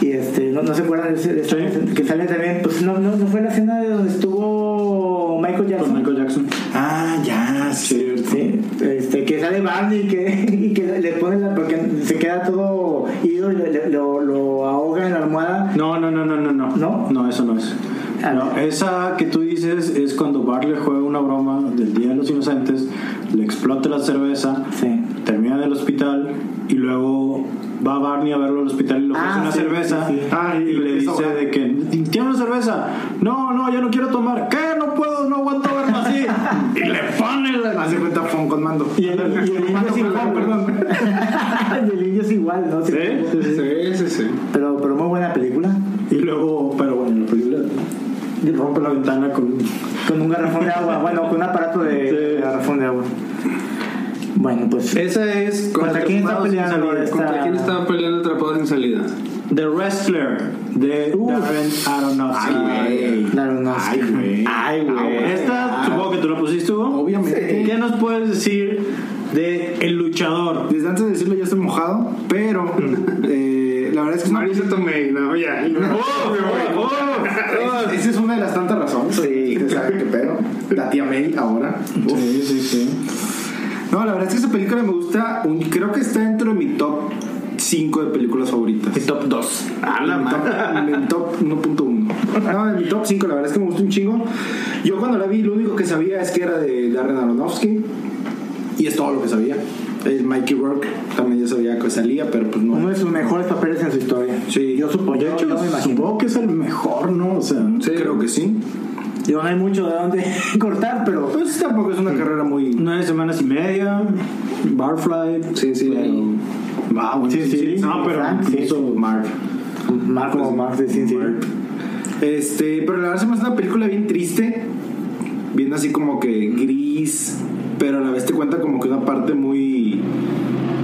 y este no, no se acuerdan de ese, de esa- que sale también pues no, no, no fue la escena de donde estuvo Michael Jackson Con Michael Jackson. Ah, ya, cierto. Sí, este, que sale Barney y que, y que le pone la. porque se queda todo ido y le- le- lo, lo ahoga en la almohada. No, no, no, no, no, no. ¿No? No, eso no es. A No, ver. esa que tú dices es cuando Bart le juega una broma del Día de los Inocentes, le explota la cerveza, Sí. termina en el hospital y luego va Barney a verlo al hospital y le ofrece Ah, una sí, cerveza sí, sí. Ah, y le empieza a dice ahogar. de que tiene una cerveza. No, no, yo no quiero tomar. ¿Qué? No puedo, no aguanto verlo así. y le pone la Haz de cuenta Fon con mando. Y el, y el indio es igual, perdón. y el indio es igual, ¿no? ¿Sí? Sí, sí, sí. Pero, pero muy buena película. Y luego, pero bueno, la película rompe la ventana con Con un garrafón de agua, bueno, con un aparato de, de garrafón de agua. Bueno, pues. Esa es ¿Contra quién está peleando ¿Contra quién estaba peleando atrapado sin salida? The Wrestler de Uf. Darren Aronofsky. Claro, no. Ay, güey. Ay, güey. Ah, Ah. Esta supongo que tú la pusiste, Hugo. Obviamente. ¿Qué nos puedes decir de El Luchador? Desde antes de decirlo ya estoy mojado, pero eh, la verdad es que es una- Marisa Tomei, no, ya. Oh, Es- Esa es una de las tantas razones. Sí. Que sabe qué pedo. La tía May ahora. Uf. Sí, sí, sí. No, la verdad es que esa película me gusta. un- creo que está dentro de mi top 5 de películas favoritas. Mi top 2. Ah, la madre. Mi top 1.1. No, de mi top 5, la verdad es que me gustó un chingo. Yo cuando la vi, lo único que sabía es que era de Darren Aronofsky. Y es todo lo que sabía. El Mikey Rourke también ya sabía que salía, pero pues no. Ah, Uno de sus mejores papeles en su historia. Sí. Yo supongo. De Yo, hecho, yo me imagino. supongo que es el mejor, ¿no? O sea, Creo que sí. Digo, no hay mucho de dónde cortar, pero. Pues tampoco es una carrera muy. nueve semanas y media, Barfly. Sí, sí. Ah, bueno, sí, sí, No, pero Frank, sí. incluso Mark. Pues, Marco como Marx de Sin Este, pero la verdad se me hace una película bien triste, bien así como que gris, pero a la vez te cuenta como que una parte muy,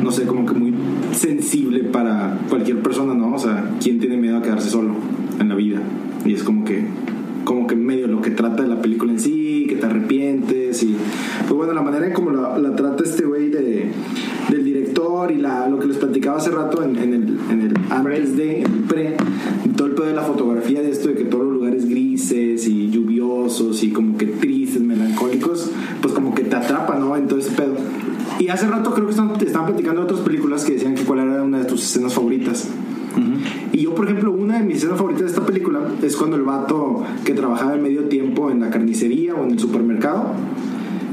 no sé, como que muy sensible para cualquier persona, ¿no? O sea, ¿quién tiene miedo a quedarse solo en la vida? Y es como que como que medio lo que trata de la película en sí, que te arrepientes y pues bueno, la manera en como la, la trata este güey de, del director y la, lo que les platicaba hace rato en, en el, en el antes de, en el pre, todo el pedo de la fotografía de esto de que todos los lugares grises y lluviosos y como que tristes, melancólicos, pues como que te atrapa, ¿no? En todo ese pedo. Y hace rato creo que están, estaban platicando de otras películas que decían que cuál era una de tus escenas favoritas. Y yo, por ejemplo, una de mis escenas favoritas de esta película es cuando el vato que trabajaba en medio tiempo en la carnicería o en el supermercado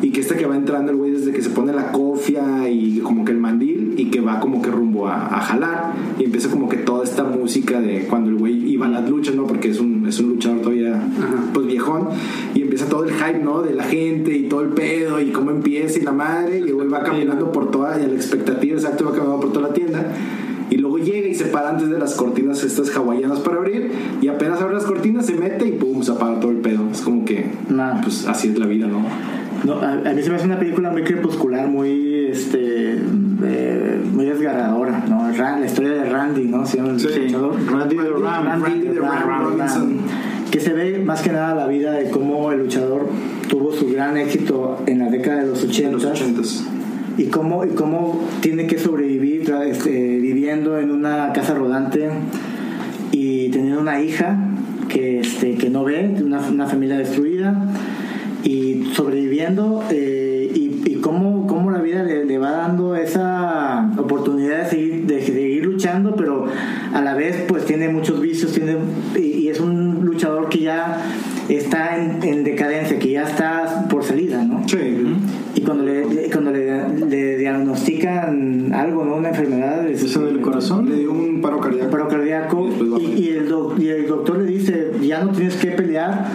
y que este que va entrando el güey desde que se pone la cofia y como que el mandil y que va como que rumbo a, a jalar y empieza como que toda esta música de cuando el güey iba a las luchas, ¿no? Porque es un, es un luchador todavía pues viejón y empieza todo el hype, ¿no? De la gente y todo el pedo y cómo empieza y la madre y el güey va caminando por toda y la expectativa exacto va caminando por toda la tienda y luego llega y se para antes de las cortinas estas hawaianas para abrir y apenas abre las cortinas se mete y pum se apaga todo el pedo es como que Nah. pues así es la vida no No, a, a mí se me hace una película muy crepuscular, muy, este, eh, muy desgarradora, ¿no? Ra- la historia de Randy, ¿no? Se llama el luchador. Randy the Ram, Randy the Ram Robinson. Ram. Que se ve más que nada la vida de cómo el luchador tuvo su gran éxito en la década de los 80 en los ochentas y cómo, y cómo tiene que sobrevivir tra- este, viviendo en una casa rodante y teniendo una hija que, este, que no ve, una, una familia destruida y sobreviviendo eh, y, y cómo, cómo la vida le, le va dando esa oportunidad de seguir, de seguir luchando, pero a la vez pues tiene muchos vicios tiene, y, y es un luchador que ya está en, en decadencia, que ya está por salida, ¿no? Y cuando le, cuando le, le diagnostican algo, ¿no? Una enfermedad. es- Eso del corazón. pues le dio un paro cardíaco paro cardíaco. Y después va a Y, morir. y el doc- y el doctor le dice, ya no tienes que pelear,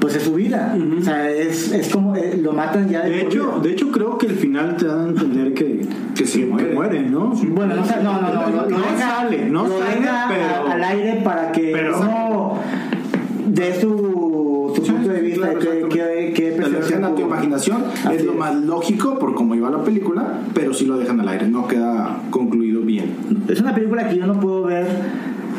pues es su vida. O sea, es, es como, eh, lo matan ya de De por hecho, vida. de hecho, creo que al final te dan a entender que, que se muere. ¿no? Bueno, no, sa- no, no, no, lo- lo No deja- sale, no lo sale, deja a- pero- al aire para que pero- uno dé su, su punto de vista, claro, que, que, que Te lo percepción dejan a tu tuvo. imaginación Así es lo es. más lógico por cómo iba la película pero sí lo dejan al aire no queda concluido bien Es una película que yo no puedo ver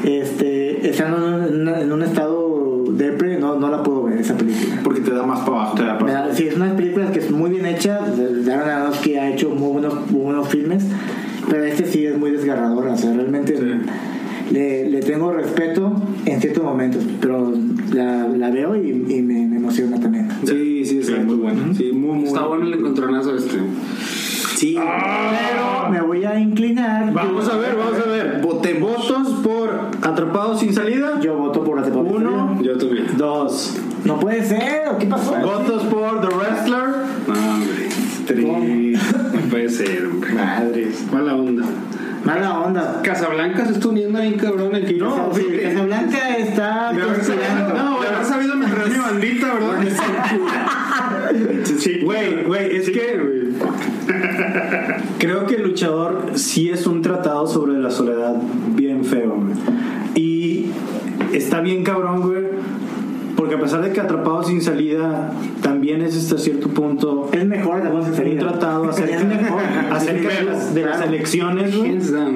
este, estando en un, en un estado depre, no, no la puedo ver esa película. porque te da más para abajo Me da- Sí, es una película que es muy bien hecha, de- de Darren Aronofsky ha hecho muy buenos, muy buenos filmes, pero este sí es muy desgarrador, o sea, realmente le, le tengo respeto en ciertos momentos, pero la, la veo y, y me, me emociona también. sí sí es muy bueno sí muy muy Está bueno el encontronazo este. sí Pero me voy a inclinar, Ah. Vamos a ver, vamos a ver. Voten votos por Atrapados sin salida. yo voto por la temporada. Uno, Yo también. dos. No puede ser, ¿o ¿qué pasó? Votos por The Wrestler. No, hombre. Tres. No puede ser, hombre. Madres. Mala onda. Mala onda. Casablanca se está uniendo bien cabrón aquí. No, sí, Casablanca está conspirando. No, güey, haber sabido mi mi bandita, ¿verdad? Sí, güey, güey, es que creo que el luchador sí es un tratado sobre la soledad bien feo, güey. Y está bien cabrón, güey, porque a pesar de que atrapado sin salida también es hasta cierto punto Es mejor la voz un de tratado acerca, Es mejor. acerca de, las, de las elecciones, güey Hands down.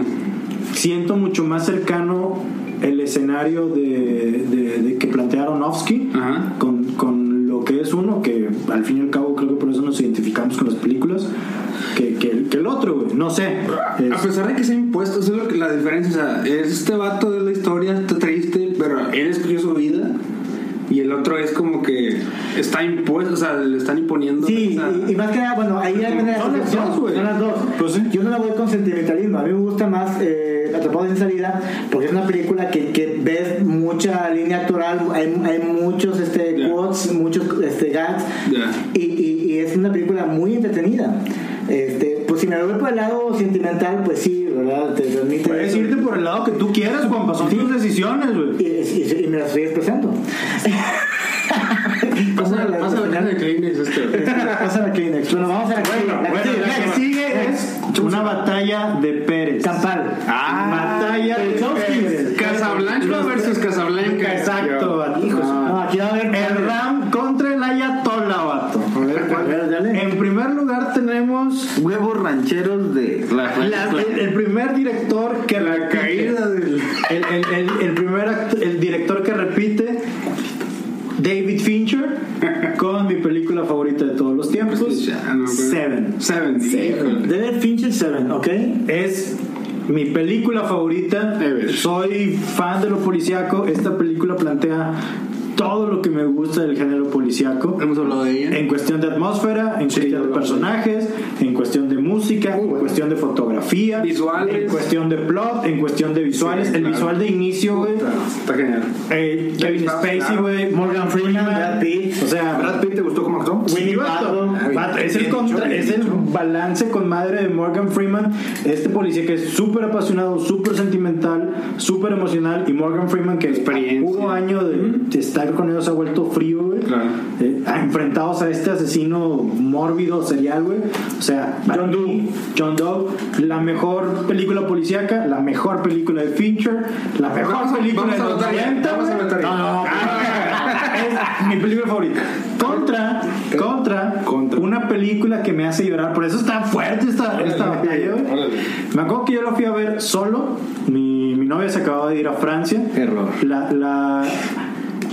siento mucho más cercano el escenario de, de- de que plantea Aronofsky Ajá. con, con lo que es uno, que al fin y al cabo creo que por eso nos identificamos con las películas, que, que el- que el otro, güey. No sé. Es- A pesar de que sea impuesto, eso es lo que- la diferencia. O sea, este vato de la historia está triste, pero él escogió su vida. Y el otro es como que está impuesto, o sea, le están imponiendo. Sí, esa- y, y más que nada, bueno, ahí depende de la Son las situación. dos, güey. Son las dos. Pues sí. Yo no la voy con sentimentalismo. A mí me gusta más eh, Atrapado sin salida porque es una película que, que ves mucha línea actoral, hay, hay muchos este, Ya. quotes, muchos este, gags. Ya. Y, y- y es una película muy entretenida. Este, pues si me lo veo por el lado sentimental, pues sí, ¿verdad? Te transmite. Puedes irte por el lado que tú quieras, Juanpa. Son tus decisiones, y, güey. y- y me la estoy expresando. Pasa, Pásame la- pasa la cara de Kleenex este. Pásame la Kleenex. Bueno, vamos a la Bueno, la- bueno, la que sigue es una batalla de Pérez. Campal. batalla Ah, de Pelchowski. Pérez. Casablanca versus Casablanca. Exacto, hijos. No, aquí va a haber. El Ram contra el Ayatollah, vato. A ver, dale. En primer lugar tenemos Huevos rancheros de la- el, el primer director que la caída del el, el- el- el primer act- el director que repite David David Fincher con mi película favorita de todos los tiempos, Ya, no, güey. Seven. Seven. híjole. David Fincher 7, ¿ok? Es mi película favorita. Ever. Soy fan de lo policiaco. Esta película plantea todo lo que me gusta del género policiaco. Hemos hablado de ella. En cuestión de atmósfera, en cuestión de personajes, en cuestión de música, en cuestión de fotografía, Visuales. en cuestión de plot, en cuestión de visuales. Sí, El claro. visual de inicio, güey. Está, está genial. eh, Kevin Claro. Spacey, güey. Morgan Freeman. Brad Pitt. O Ah, sea, ¿Brad Pitt te gustó como actor? Winnie Barton. Barton. Vato, Es el, Bien contra- hecho, bien es el hecho. balance con madre de Morgan Freeman. Este policía que es súper apasionado, súper sentimental, súper emocional. Y Morgan Freeman que Experiencia. hubo año de, de estar con ellos se ha vuelto frío, güey. Claro. Eh, ah, enfrentados a este asesino mórbido serial, güey. O sea, John Doe. John Doe, la mejor película policíaca, la mejor película de Fincher, la mejor Vamos a- película vamos de a los votar ya, 90, vamos a güey. votar ya. No, no, no, es mi película favorita. Contra, contra, Contra. una película que me hace llorar. Por eso está fuerte esta, esta batalla, güey. órale. Me acuerdo que yo la fui a ver solo. Mi, mi novia se acababa de ir a Francia. Error. La, la,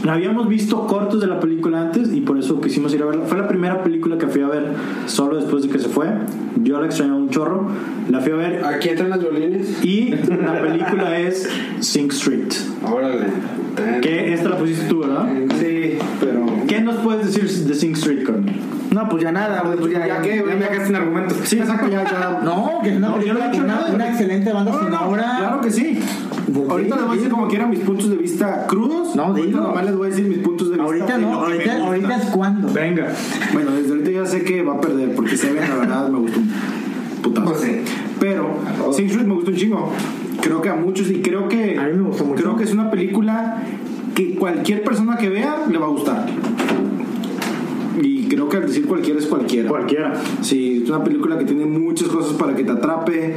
la habíamos visto cortos de la película antes y por eso quisimos ir a verla. Fue la primera película que fui a ver solo después de que se fue. Yo la extrañaba un chorro. La fui a ver Aquí entran las violines. y la película es Sing Street. Órale. Que esta la pusiste tú, ¿verdad? Sí, pero. ¿Qué nos puedes decir de Sing Street, Carmen? No, pues ya nada, güey. Pues ya, ¿Ya qué, güey? Ya casi sin argumentos. Sí, saco ya, ya. No, pues, que es una, No, yo no he película dicho con una- nada. una excelente banda No, no, no, sonora. Claro que sí. Pues ahorita sí, les voy a sí. decir como quieran mis puntos de vista crudos. No, Ahorita dilo. nomás les voy a decir mis puntos de vista. Ahorita de no, lo que me ahorita, gusta. ahorita es cuando. Venga. Bueno, desde ahorita ya sé que va a perder porque Seven, la verdad, me gustó un putazo. Pues sí. Pero Sing Street me gustó un chingo. Creo que a muchos y creo que. A mí me gustó mucho. Creo que es una película que cualquier persona que vea le va a gustar. Y creo que al decir cualquiera es cualquiera. Cualquiera. Sí, es una película que tiene muchas cosas para que te atrape.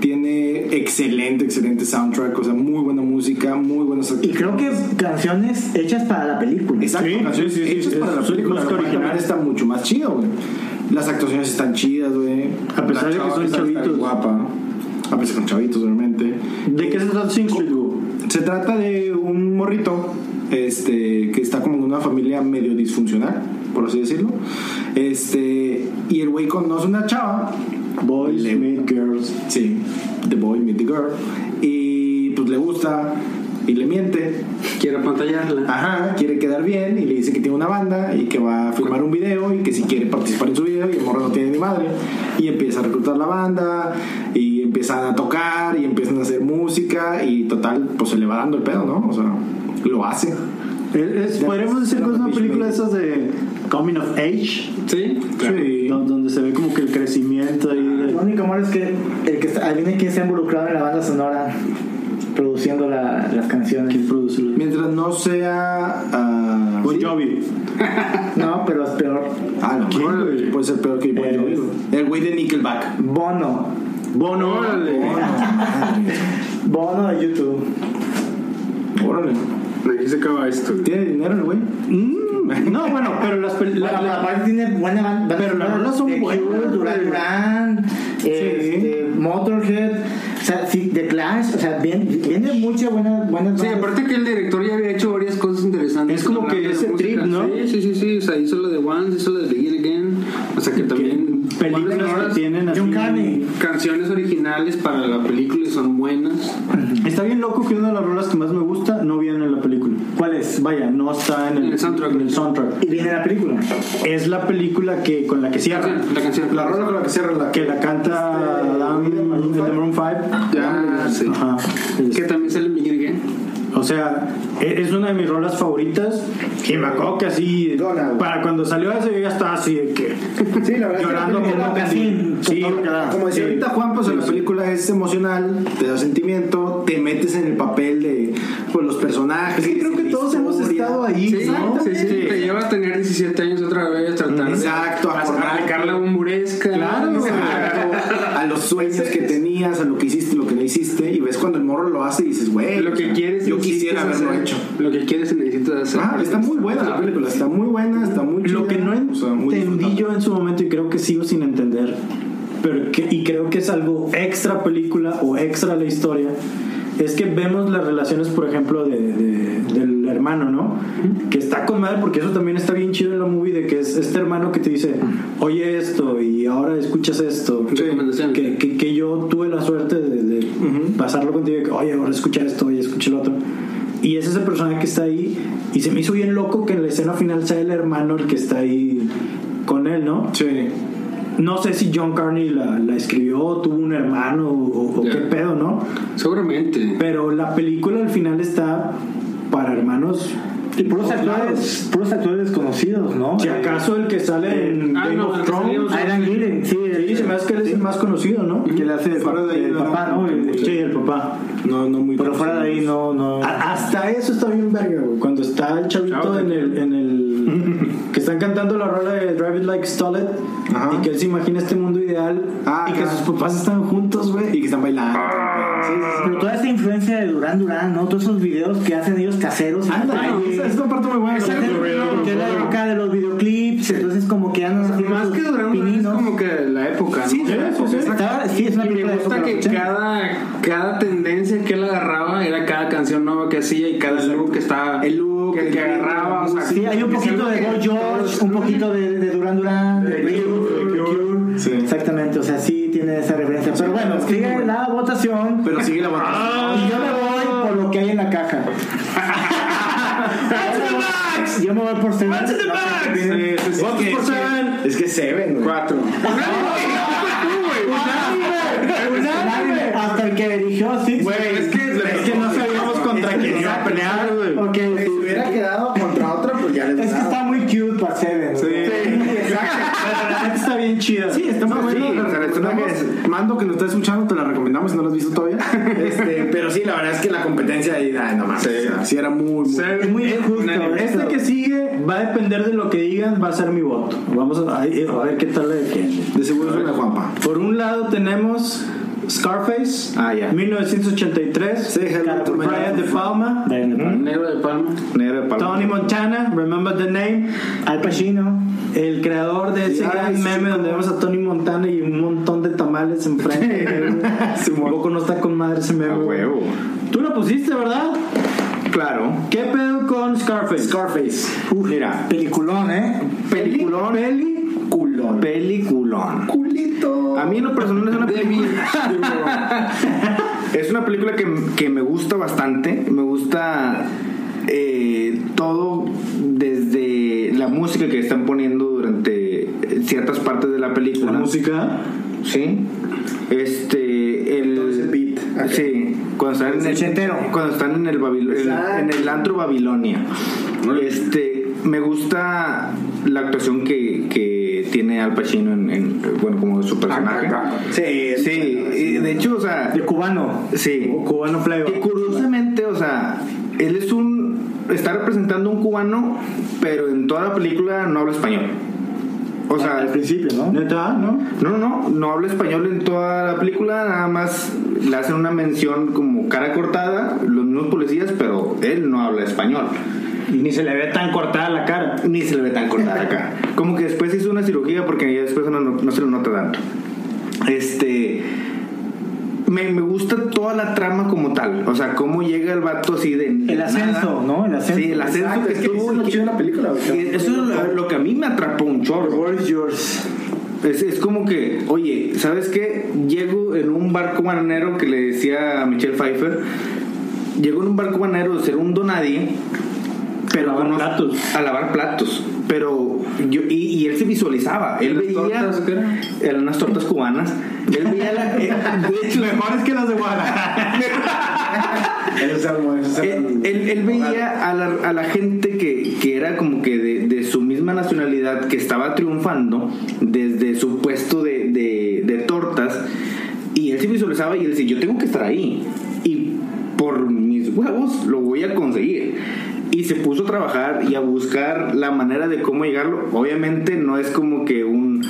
Tiene excelente, excelente soundtrack. O sea, muy buena música, muy buenas Y creo que canciones hechas para la película. Exacto, Sí, canciones sí, sí, sí, hechas sí, para es la película. música lo cual original. también está mucho más chido, güey. Las actuaciones están chidas, güey. A pesar La de que chava son está bien chavitos. guapa. A pesar de que son chavitos, obviamente. ¿De qué se trata Sing Street, Hugo? Se trata de un morrito este, que está como en una familia medio disfuncional, por así decirlo. Este, y el güey conoce una chava. Boys Le- Meet Girls. Sí, The Boy Meet the Girl. Y pues le gusta y le miente. Quiero apantallarla. Ajá, quiere quedar bien y le dice que tiene una banda y que va a filmar un video y que si quiere participar en su video y el morro no tiene ni madre. Y empieza a reclutar la banda y empiezan a tocar y empiezan a hacer música y total, pues se le va dando el pedo, ¿no? O sea, lo hace. Es- es- Podríamos decir que es una Beach película de Baby. esas de Coming of Age, Sí. Sí. don- donde se ve como que el crecimiento ahí Lo de... único malo es que el que está, adivinen quién se ha involucrado en la banda sonora produciendo la- las canciones. ¿Quién produce? la- Mientras no sea... ah, Bon sí. Jovi. No, pero es peor. Ah, no, ¿Quién, güey? puede ser peor que Bon Eh, Jovi, güey. El güey de Nickelback. Bono. Bono. Bono de YouTube. Órale. Aquí se acaba esto. ¿Tiene dinero el güey? Mm, no, bueno, pero las... pel- la- Bueno, pero la- aparte tiene buena banda. Pero las rolas son The buenas, Cure, Duran güey. Duran, este, Motorhead, o sea, sí, The Clash, o sea, viene, viene mucha buena, buenas Sí, bandas. aparte que el director ya había hecho varias cosas interesantes. Es como con la que parte de ese música. trip, ¿no? Sí, sí, sí, sí. O sea, hizo lo de Once, hizo lo de Begin Again. O sea, que también... bandas películas sonoras, que tienen así... John Carney. Canciones originales para la película y son buenas. Está bien loco que una de las rolas que más me gusta no viene en la película. ¿Cuál es? Vaya, no está en el, En el soundtrack. en el soundtrack. Y viene la película. Es la película que con la que La cierra. canción. La canción. La rola con la que cierra la... Que la canta Adam de Maroon 5. Ah, sí. Ajá. Que también sale en Begin Again. O sea, e- es una de mis rolas favoritas. Y me acuerdo que así, Dona, güey. para cuando salió ese, yo ya estaba así de que. Sí, la verdad. es que la Llorando película- como así, así. Sí, con todo lo que da. Como decía Sí. ahorita Juan, pues la película es emocional, te da sentimiento, te metes en el papel de pues, los personajes. Sí, creo que la todos hemos historia. estado ahí, Sí, ¿no? sí, sí. Te lleva a tener 17 años otra vez, tratar Exacto, de acordarte. arrancar la humorezca. Claro, güey. Exacto, A los sueños que tenías, a lo que hiciste, lo que no hiciste, y ves cuando el morro lo hace y dices, güey, Lo o que sea, quieres yo necesitas quisiera haberlo hacer. hecho. Lo que quieres y necesitas hacer. Ah, está muy buena la película, está muy buena, está muy Lo chida, que no o sea, muy entendí disfrutable. yo en su momento y creo que sigo sin entender, pero que- y creo que es algo extra película o extra la historia, es que vemos las relaciones, por ejemplo, de, de- del hermano, ¿no? Que está con madre, porque eso también está bien chido en la movie, de que es este hermano que te dice, oye esto, y ahora escuchas esto. Recomendaciones. Que, que- que yo tuve la suerte de, de pasarlo contigo, y que, oye, ahora escucha esto, oye, escucha lo otro. Y es ese personaje que está ahí, y se me hizo bien loco que en la escena final sea el hermano el que está ahí con él, ¿no? Sí. No sé si John Carney la, la escribió, tuvo un hermano o, o Ya. qué pedo, ¿no? Seguramente. Pero la película al final está para hermanos. Y puros Todos actores, puros actores conocidos, ¿no? Si acaso el que sale en Ah, Game no, el of que salió- Thrones. Aidan Gillen, sí, el- Sí, se me hace que él es el más conocido, ¿no? que le hace el, Fuera de ahí, el no, papá, no, ¿no? El- el- Sí, el papá. No, no muy pero fuera de ahí no, no. A- hasta eso está bien verga, güey. Cuando está el chavito Chao, en el. En el que están cantando la rola de Drive It Like Stolen Ajá. y que él se imagina este mundo ideal Ah, y que ajá. sus papás están juntos, güey. Y que están bailando. Pero toda esta influencia de Durán Durán, ¿no? Todos esos videos que hacen ellos caseros. en la Ándale, calle. esa es una parte muy buena. Esa es- Porque es la época de los videoclips, entonces como que andan haciendo Más que esos Durán Durán es pininos. como que la época. Sí, ¿no? sí, sí, sí. Estaba- sí, es una Y película me de gusta época que de los ochenta. cada, cada tendencia que él agarraba era cada canción nueva que hacía y cada look que estaba. El look, que, el que video, agarraba. la o sea, Sí, hay un es poquito algo de que Boy todos- George, un poquito de, de Durán Durán, de The Cure, Cure. The Cure. Sí. Exactamente, o sea, sí tiene esa referencia. Pero bueno, sigue la votación. Pero sigue la batalla. Y yo me voy por lo que hay en la caja. Yo me voy por ser. Sí, sí, sí. Votos Es que- por Seven. Es que Seven, güey. Cuatro. Hasta el que eligió Six. es que, es que no sabíamos contra quién iba a pelear, güey. Ok, Si sí. hubiera quedado contra otra, pues ya les Es que daba. está muy cute para Seven. Sí. Está bien chida. Sí, está muy bueno. sí, la o sea, recomendamos. está Mando que lo está escuchando, te la recomendamos si no lo has visto todavía. Este, pero sí, la verdad es que la competencia ahí, ay, no mames. Sí, o sea, sí, era muy, muy. Es muy injusto. Este que sigue va a depender de lo que digan, va a ser mi voto. Vamos a, a ver qué tal le defiende. De seguro es la Juanpa. Por un lado tenemos Scarface, Ah, ya. 1983, Hello to My Brian De Palma, Negro de Palma. Negro de palma. Tony Montana, Remember the Name, Al Pacino. el creador de ese Ay, gran sí. meme donde vemos a Tony Montana y un montón de tamales enfrente. Un poco no está con madre ese meme. A huevo. Tú lo pusiste, ¿verdad? Claro. ¿Qué pedo con Scarface? Scarface. mira. Peliculón, ¿eh? Peliculón. Peliculón. Peliculón. culito. A mí en lo personal es una película. es una película que, que me gusta bastante. Me gusta eh, todo desde la música que están poniendo durante eh, ciertas partes de la película. La música. Sí. Este, el. ese beat. Sí, cuando están, en el, cuando están en el, Babil- en- en el antro Babilonia. Este, me gusta la actuación que, que tiene Al Pacino en, en- bueno, como su personaje. Sí, Sí, y de hecho, o sea, De cubano. sí. Cubano Y flavor. curiosamente, o sea, él es un. Está representando un cubano, pero en toda la película no habla español. O sea, Al principio, ¿no? ¿Neta? ¿No? no, no, no, no habla español en toda la película, nada más le hacen una mención como cara cortada, los mismos policías, pero él no habla español. Y ni se le ve tan cortada la cara. Ni se le ve tan cortada acá. Como que después hizo una cirugía porque ya después no, no se lo nota tanto. Este. Me, me gusta toda la trama como tal. O sea, cómo llega el vato así de. El ascenso, ¿no? El ascenso. Sí, el ascenso Exacto, que es que eso es tuvo y lo que- chido de la película, güey. que- Eso es lo, lo que a mí me atrapó un chorro. Yours. Es, es como que, oye, ¿sabes qué? Llego en un barco bananero que le decía a Michelle Pfeiffer. Llego en un barco bananero de ser un donadie. Pero A lavar conoz- platos. A lavar platos. Pero yo, y, y él se visualizaba. Él veía. tortas o qué era? Eran unas tortas cubanas. Él veía la. eh, de hecho, mejores que las de Guadalajara. Eso es algo, Pues eso es algo. él, Eh, él- él veía a la, a la gente que, que era como que de, de su misma nacionalidad que estaba triunfando desde su puesto de, de- de tortas y él se visualizaba y él decía yo tengo que estar ahí y por mis huevos lo voy a conseguir y se puso a trabajar y a buscar la manera de cómo llegarlo obviamente no es como que un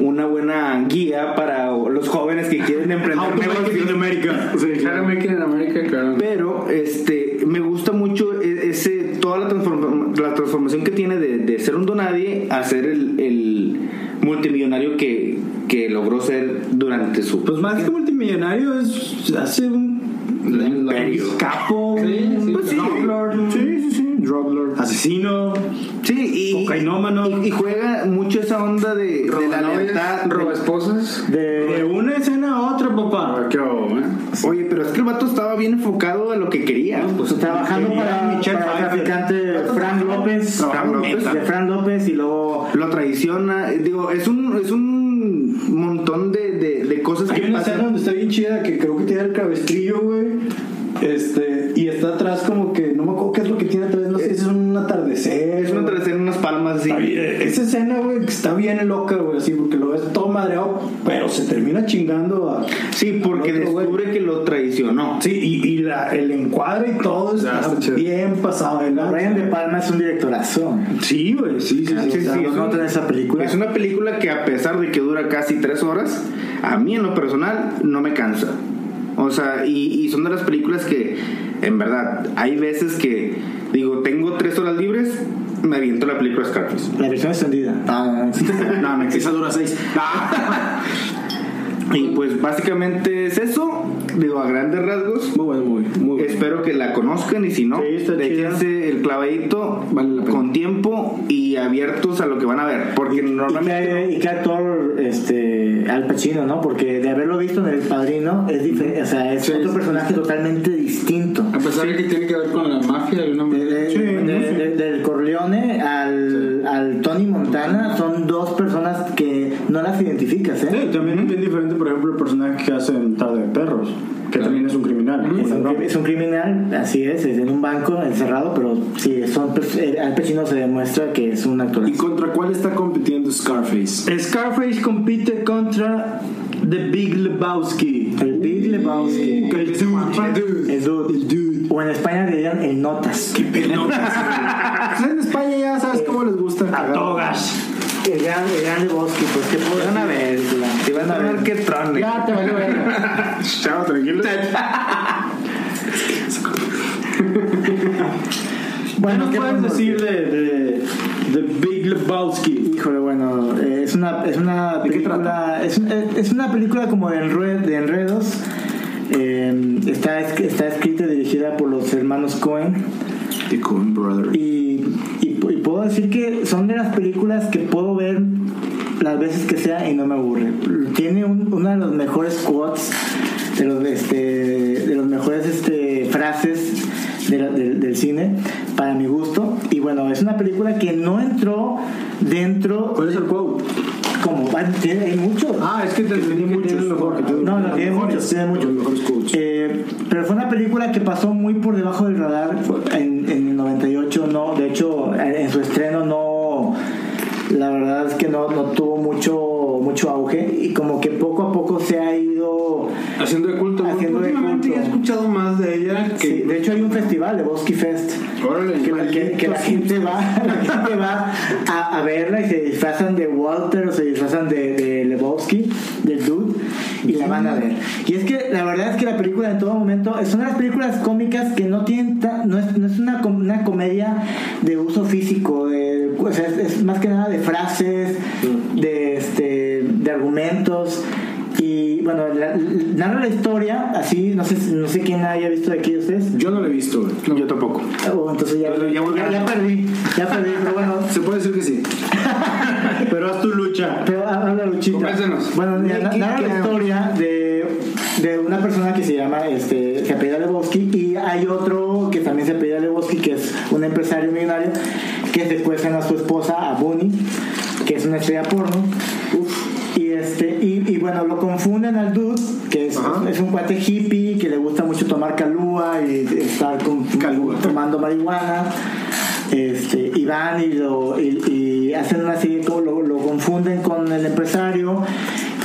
una buena guía para los jóvenes que quieren Ah, pues, emprender negocios. Claro, Make It in America, claro. Pero este, me gusta mucho e- ese, toda la, transforma- la transformación que tiene de, de ser un donadie a ser el, el multimillonario que, que logró ser durante su Pues más que multimillonario es hace un imperio. capo, Sí, sí, un pues sí. landlord, un- sí, sí. drug lord, asesino, Sí, y, cocainómano. y, y juega mucho esa onda de, de la lealtad. roba esposas. De una escena Eh, a otra, papá. ¿Qué hago, eh? Oye, pero es que el vato estaba bien enfocado a lo que quería. pues, Trabajando Tenía para, Michelle para el Pfeiffer. traficante Frank López. Frank López. De Frank López y luego. lo traiciona. eh, Digo, es un, es un montón de, de, de cosas Hay que una escena pasan. donde está bien chida que creo que tiene el cabestrillo, güey. Este, y está atrás como que, no me acuerdo qué es lo que tiene atrás, no sé, es un Eh, atardecer. Es una traiciona en unas palmas así. Está bien, Esa escena, güey, que está bien loca, güey, así, porque lo ves todo madreado, pero se termina chingando a... Sí, porque Al otro güey. descubre que lo traicionó. Sí, y, y la, el encuadre y todo está, está chido. bien pasado de lanza. Brian De Palma es un directorazo. Sí, güey, sí, sí, Ah, sí. Sí, O sea, sí, lo es nota un- en esa película. Es una película que a pesar de que dura casi tres horas, a mí en lo personal no me cansa. O sea, y, y son de las películas que, en verdad, hay veces que digo, tengo tres horas libres, me aviento la película Scarface. La versión extendida. Ah, No, no existe. Esa dura seis. Y pues básicamente es eso, digo, a grandes rasgos. Muy bueno, muy, muy bueno. Espero que la conozcan y si no, Sí, está déjense el clavadito Vale la pena. con tiempo y abiertos a lo que van a ver. Porque ¿Y normalmente... qué, y qué actor este, Al Pacino, ¿no? Porque de haberlo visto en El Padrino es diferente, o sea, es Sí, otro sí. personaje totalmente distinto. A pesar de que tiene que ver con la mafia, el nombre. Eh, De- de- de- del Corleone al, al Tony Montana son dos personas que no las identificas, ¿eh? Sí, también es bien diferente, por ejemplo, el personaje que hace en Tarde de Perros, que también es un criminal. Es un, Bueno, cri- es un criminal, así es, es en un banco encerrado, pero sí, son, pers- eh, Al Pacino se demuestra que es un actor. ¿Y contra cuál está compitiendo Scarface? Scarface compite contra The Big Lebowski. Eh, El Big Lebowski, El dude. el dude. O en España le dirían el Notas. Pues en España ya sabes cómo les gusta. A cagar. todo gas. El gran, el gran Lebowski, pues qué puedo Van a decir? ver, te van a ver qué trone. Ya te valió verga. Chao, tranquilo. Bueno, ¿qué puedes podemos decir de, de The Big Lebowski? Híjole, bueno, eh, es una, es una película. Es, un- eh, es una película como de, enrue- de enredos. Eh, está, es- está escrita y dirigida por los hermanos Cohen. The Coen Brother. Y, y- y puedo decir que son de las películas que puedo ver las veces que sea y no me aburre. Tiene un- una de los mejores quotes, de los, este, de los mejores este, frases de la- del- del cine, para mi gusto. Y bueno, es una película que no entró dentro ¿Cuál es el quote? como ah, tiene- hay muchos. Ah, es que te entendí mucho. no, no, tiene muchos, tiene muchos. Eh, pero fue una película que pasó muy por debajo del radar fue en, en el 98, no, de hecho en en su estreno no, la verdad es que no, no tuvo mucho mucho auge y como que poco a poco se ha ido Haciendo de culto. Haciendo de Últimamente culto. he escuchado más de ella que... sí, de hecho hay un festival de Bosque Fest Órale. que la, que- que la gente va, la gente va a, a verla y se disfrazan de Walter o se disfrazan de, de Lebowski, del dude, y la van a ver. Y es que la verdad es que la película en todo momento es una de las películas cómicas que no tienen ta- no es, no es una, com- una comedia de uso físico, de- o sea, es, es más que nada de frases, de, este, de argumentos. Y bueno, la- narra la historia así, no sé, no sé quién la haya visto de aquí de ustedes. Yo no lo he visto, güey. Yo tampoco. Oh, entonces ya, Pero ya volvieron. ya perdí, ya perdí, pero bueno, Se puede decir que sí. Pero haz tu lucha. pero habla Luchita. Convéncenos. Bueno, mira, na- narra la historia de, de una persona que se llama, este, se apellida Lebowski y hay otro que también se apellida Lebowski, que es un empresario millonario, que secuestran a su esposa, a Bonnie, que es una estrella porno. Y, este, y, y bueno, lo confunden al dude, que es, es un cuate hippie, que le gusta mucho tomar calúa y estar con, tomando marihuana. Este, y van y, lo, y, y hacen una serie, como lo, lo confunden con el empresario.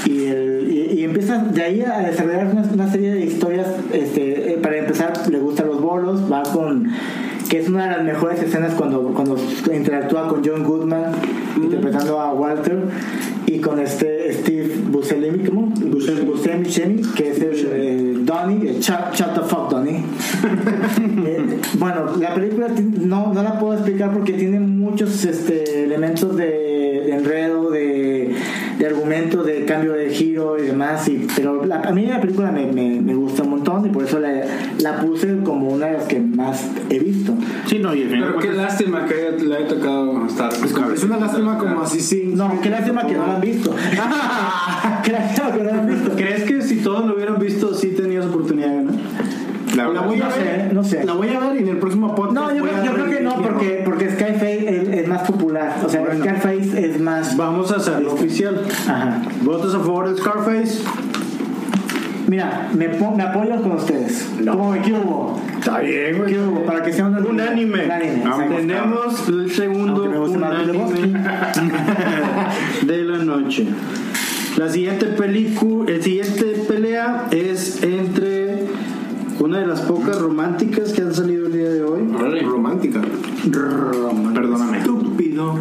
Y, el- y- y empieza de ahí a desarrollar una, una serie de historias. Este, eh, para empezar, le gustan los bolos, va con que es una de las mejores escenas cuando, cuando interactúa con John Goodman Mm. interpretando a Walter y con este Steve Buscemi, ¿cómo? Buscemi, Buscemi, que es el, eh, Donnie, el shut, shut the fuck Donnie. Eh, bueno, la película ti- no, no la puedo explicar porque tiene muchos este, elementos de, de enredo, de, de argumento, de cambio de giro y demás, y, pero la- a mí la película me, me- me gusta un montón. y por eso la, la puse como una de las que más he visto. Sí, no, y Pero qué lástima que le haya tocado estar. Es una lástima como así, sí. No, qué lástima que no la han visto. Ah. Ah, qué lástima que no la han visto. ¿Crees que si todos lo hubieran visto, sí tenías oportunidad de ganar? La, La voy a ver, no sé. La voy a ver y en el próximo podcast. No, yo, voy creo- a yo creo que no, revisar. porque, porque Skyface es, es más popular. O sea, Skyface es más. Vamos a hacerlo oficial. Ajá. ¿Votos a favor de Scarface? Mira, me, po- me apoyo con ustedes. ¿Cómo me equivoco? Está bien, güey. ¿Qué hubo? Para que sea una- unánime. Unánime, exacto. Tenemos el segundo Aunque me guste más unánime de la noche. La siguiente película, el siguiente pelea es entre una de las pocas románticas que han salido el día de hoy. Romántica. Perdóname. Estúpido.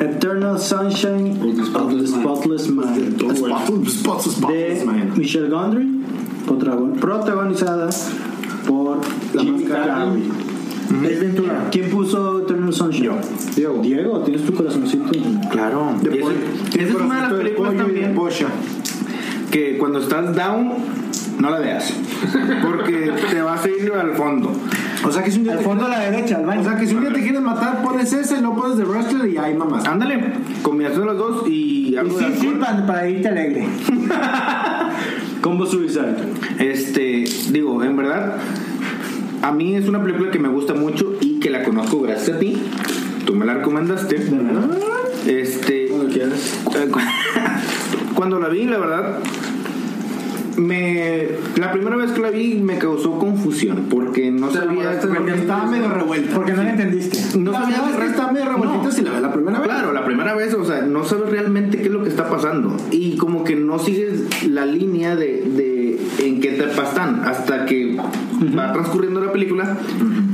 Eternal Sunshine of the Spotless Mind. Spotless, spotless, spotless, De man. Michelle Gondry, protagon- protagonizada por la Jim máscara. Carrey. Ace Ventura. ¿Quién puso Eternal Sunshine? Diego. Diego, tienes tu corazoncito. Claro. De pollo. Esa es una de las Esto de películas pollo y de también Pocha. que cuando estás down, no la veas. Porque te vas a ir al fondo. O sea que si un día Al te, fondo a la derecha, al o baño. sea que si un día te quieren matar, pones ese, no pones The Wrestler y ahí mamás. Ándale, combinación de los dos y Y algo de sí, sí, alcohol. para, para irte alegre. Combo Suicide. Este, digo, en verdad, a mí es una película que me gusta mucho y que la conozco gracias a ti. Tú me la recomendaste. Este. Eh, cu- Cuando la vi, la verdad, me. La primera vez que la vi me causó confusión porque no sabía. Porque estaba medio revuelta. Porque no lo entendiste. No la sabía verdad es que está medio revueltita si la ves la primera vez. Claro, la primera vez, o sea, no sabes realmente qué es lo que está pasando. Y como que no sigues la línea de, de en qué etapa están. Hasta que va transcurriendo la película,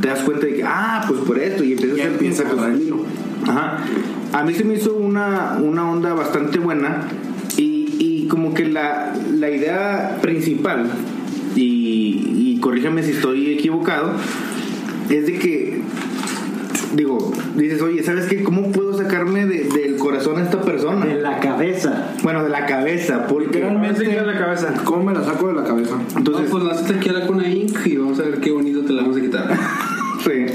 te das cuenta de que, ah, pues por esto. Y empiezas Ya a empieza a cosas. agarrar el hilo. Ajá. A mí se me hizo una, una onda bastante buena. Y, y como que la, la idea principal, y, y corrígeme si estoy equivocado, es de que digo, dices, oye, ¿sabes qué? ¿Cómo puedo sacarme de- del corazón a esta persona? De la cabeza. Bueno, de la cabeza, porque la cabeza. ¿Cómo me la saco de la cabeza? entonces, pues lánzate aquí a la cuna Inc y vamos a ver qué bonito te la vamos a quitar. sí.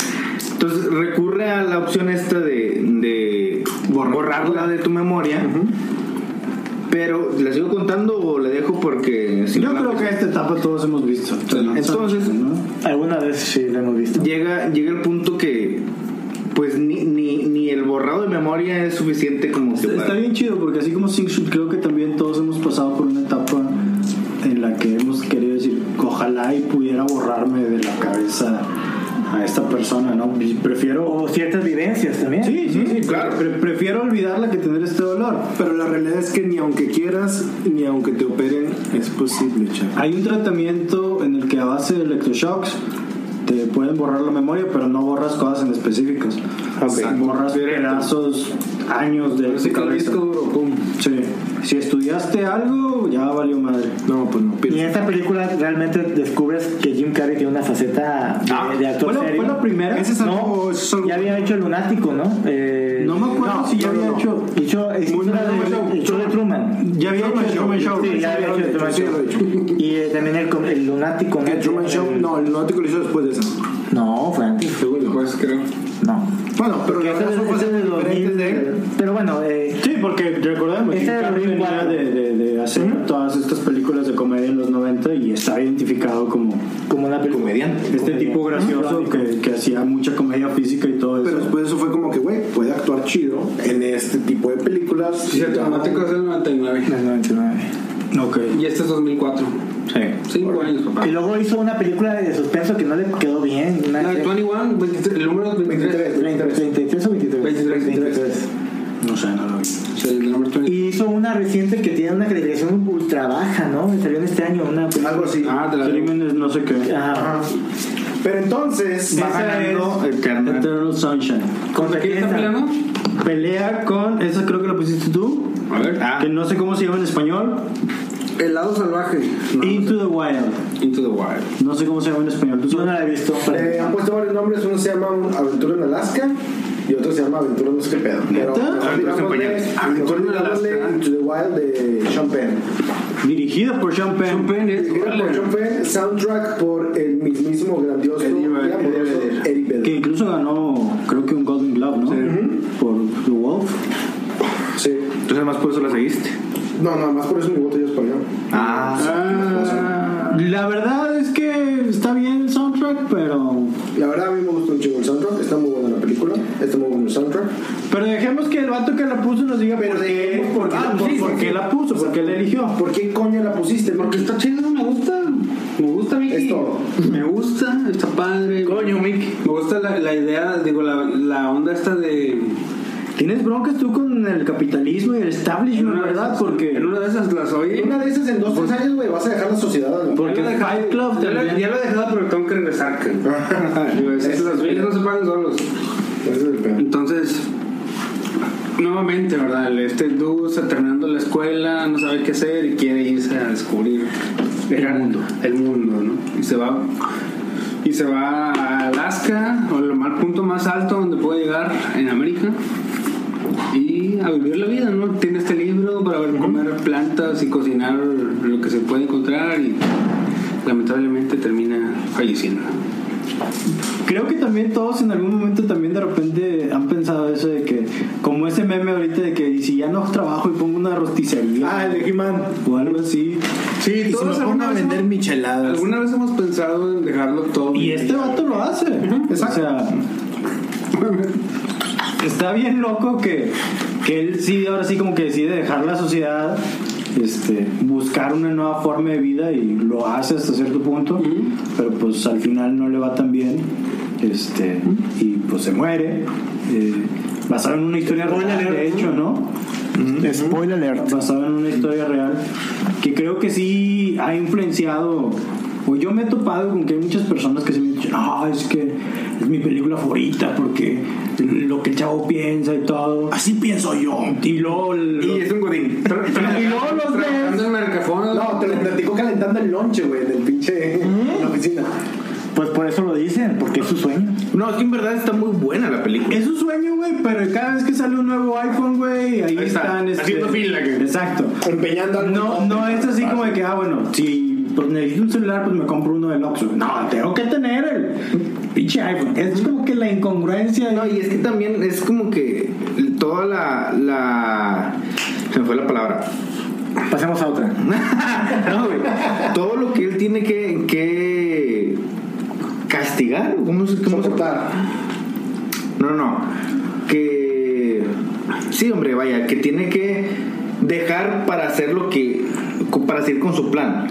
entonces recurre a la opción esta de, de borrarla de tu memoria. Pero, ¿la sigo contando o la dejo porque si Yo no la- creo que esta etapa todos hemos visto. Entonces, Alguna vez sí lo hemos visto. llega, llega el punto que pues ni, ni, ni el borrado de memoria es suficiente como que Está para- bien chido porque así como Sing Shoot creo que también todos hemos pasado por una etapa en la que hemos querido decir ojalá y pudiera borrarme de la cabeza a esta persona, ¿no? Y Prefiero... O ciertas vivencias también. Sí, sí, sí, claro. pre- prefiero olvidarla que tener este dolor. Pero la realidad es que ni aunque quieras, ni aunque te operen, es posible, chaval. Hay un tratamiento en el que a base de electroshocks te pueden borrar la memoria, pero no borras cosas en específicas. Borras pedazos, años de tu cabeza. Sí. Si estudiaste algo, ya valió madre. No, pues no. Y pierdes. en esta película realmente descubres que Jim Carrey tiene una faceta de, de ¿Fue actor la, serio. fue la primera? Ese es algo. no, eso es algo- ya había hecho Lunático, ¿no? Eh, No me acuerdo si ya había hecho- Hizo, hizo Muy la Truman de- Show. el show de Truman. Ya había hecho el Truman Show. Sí, ya había hecho el Truman Sí, Show. lo he Y eh, también el, com- el Lunático, ¿no? El Truman Show, no, el no te lo hizo después de esa. No, fue antes. Seguro. Pues creo. No. Bueno, pero Porque la ese verdad es son ese cosas es de diferentes 2000. de él. Pero bueno, eh, Sí, porque recordemos que Ese era Carrey el venía 2004. de, de, de hacer todas estas películas de comedia en los 90 y está identificado como como una película. comediante. este tipo gracioso que, que hacía mucha comedia física y todo Pero eso. después eso fue como que, güey, puede actuar chido en este tipo de películas. Sí, el dramático es el 99. Del 99. Ok. Y este es 2004. Sí. 5 años, papá. Y luego hizo una película de suspenso que no le quedó bien. Una La de 21, 23, el número 23. 23, 33 o 23. 23. No sé, no lo vi. Sí, el número 23. Y hizo una reciente que tiene una acreditación ultra baja, ¿no? Que Salió en este año una película. Algo así. Ah, te la digo. Crímenes, no sé qué. Ajá. eh, Pero entonces. Va ganando Eternal. Eternal Sunshine. ¿Contra quién está Esa. peleando? Pelea con. Esa creo que la pusiste tú. A ver. Ah, Que no sé cómo se llama en español. El lado salvaje. Into the Wild. Into the Wild. No sé cómo se llama en español. ¿Tú Yo sabes? no la he visto. eh, pero- han puesto varios nombres. Uno se llama Aventura en Alaska. y otro se llama Aventuras no sé qué pedo. Pero eh, mejor Aventuras en digámosle- Pañales. mejor Aventuras Ah, en digámosle Alaska. Into eh, the Wild de Sean Penn. Dirigida por Sean Penn. Dirigida por Sean Penn, soundtrack por el mismísimo grandioso Eddie Vedder. y amoroso Eddie Vedder. Que incluso ganó, creo que un Golden Globe, ¿no? Por The Wolf. Sí. Entonces, además, por eso la seguiste. No, nada más Ah, por eso mi voto ya es para allá. La verdad es que está bien el soundtrack, pero. La verdad a mí me gustó un chingo el soundtrack, está muy buena la película, está muy bueno el soundtrack. Pero dejemos que el vato que la puso nos diga Pero por qué, dejemos- por, qué- Ah, por- sí, por sí, qué sí. la puso, por qué la eligió. ¿Por qué coño la pusiste? Porque Porque está chido, me gusta. Me gusta, Mickey. Es todo. Me gusta, está padre. Coño, Mickey. Me gusta la, la idea, digo, la, la onda esta de. Tienes broncas tú con el capitalismo y el establishment, de ¿verdad? esas- Porque. En una de esas las oí. una de esas en dos, tres años, güey, vas a dejar la sociedad. a la- Porque Ya lo he el dejado- Fight Club ya lo- también. Ya lo he dejado, pero tengo que regresar. que- Digo, es- Esas las oí no se pagan solos. Ese es el pedo. Entonces, nuevamente, ¿verdad? El- Este dude está terminando la escuela, no sabe qué hacer y quiere irse a descubrir el mundo. El mundo, ¿no? Y se va. Y se va a Alaska, o lo mal punto más alto donde puede llegar en América. Y a vivir la vida, ¿no? Tiene este libro para ver comer plantas y cocinar lo que se puede encontrar y lamentablemente termina falleciendo. Creo que también todos en algún momento también de repente han pensado eso de que, como ese meme ahorita de que "Y si ya no trabajo y pongo una rosticería Ah, el de He-Man. o algo así. Sí, Y se me pone a vender micheladas. Alguna vez hemos pensado en dejarlo todo. Y este vato lo hace. O sea, está bien loco que, que él sí, ahora sí, como que decide dejar la sociedad, este, buscar una nueva forma de vida y lo hace hasta cierto punto, pero pues al final no le va tan bien este, y pues se muere. eh, basado en una historia real, de hecho, ¿no? Spoiler alert. basado en una historia real que creo que sí ha influenciado o yo me he topado con que hay muchas personas que se me dicen ah es que es mi película favorita porque lo que el chavo piensa y todo Así pienso yo. y luego Y los- es un godín. y luego los ves Trabajando en Mercafona. No, te lo platicó calentando el lonche, güey, en el pinche en la oficina. Pues por eso lo dicen, porque es su sueño. No, es que en verdad está muy buena la película. Es un sueño, güey, pero cada vez que sale un nuevo iPhone, güey, ahí, Ahí está, están. este, haciendo fila, que- Exacto. Empeñando algo. No, no es así como de que, ah, bueno, si pues, necesito un celular, pues me compro uno del Oxxo. No, tengo que tener el pinche iPhone. Es como que la incongruencia. No, y es que también es como que toda la. la se me fue la palabra. Pasemos a otra. no, güey. Todo lo que él tiene que. que castigar. ¿Cómo, se- cómo se Soportar. No, no. Que. Sí, hombre, vaya, que tiene que dejar para hacer lo que. para seguir con su plan.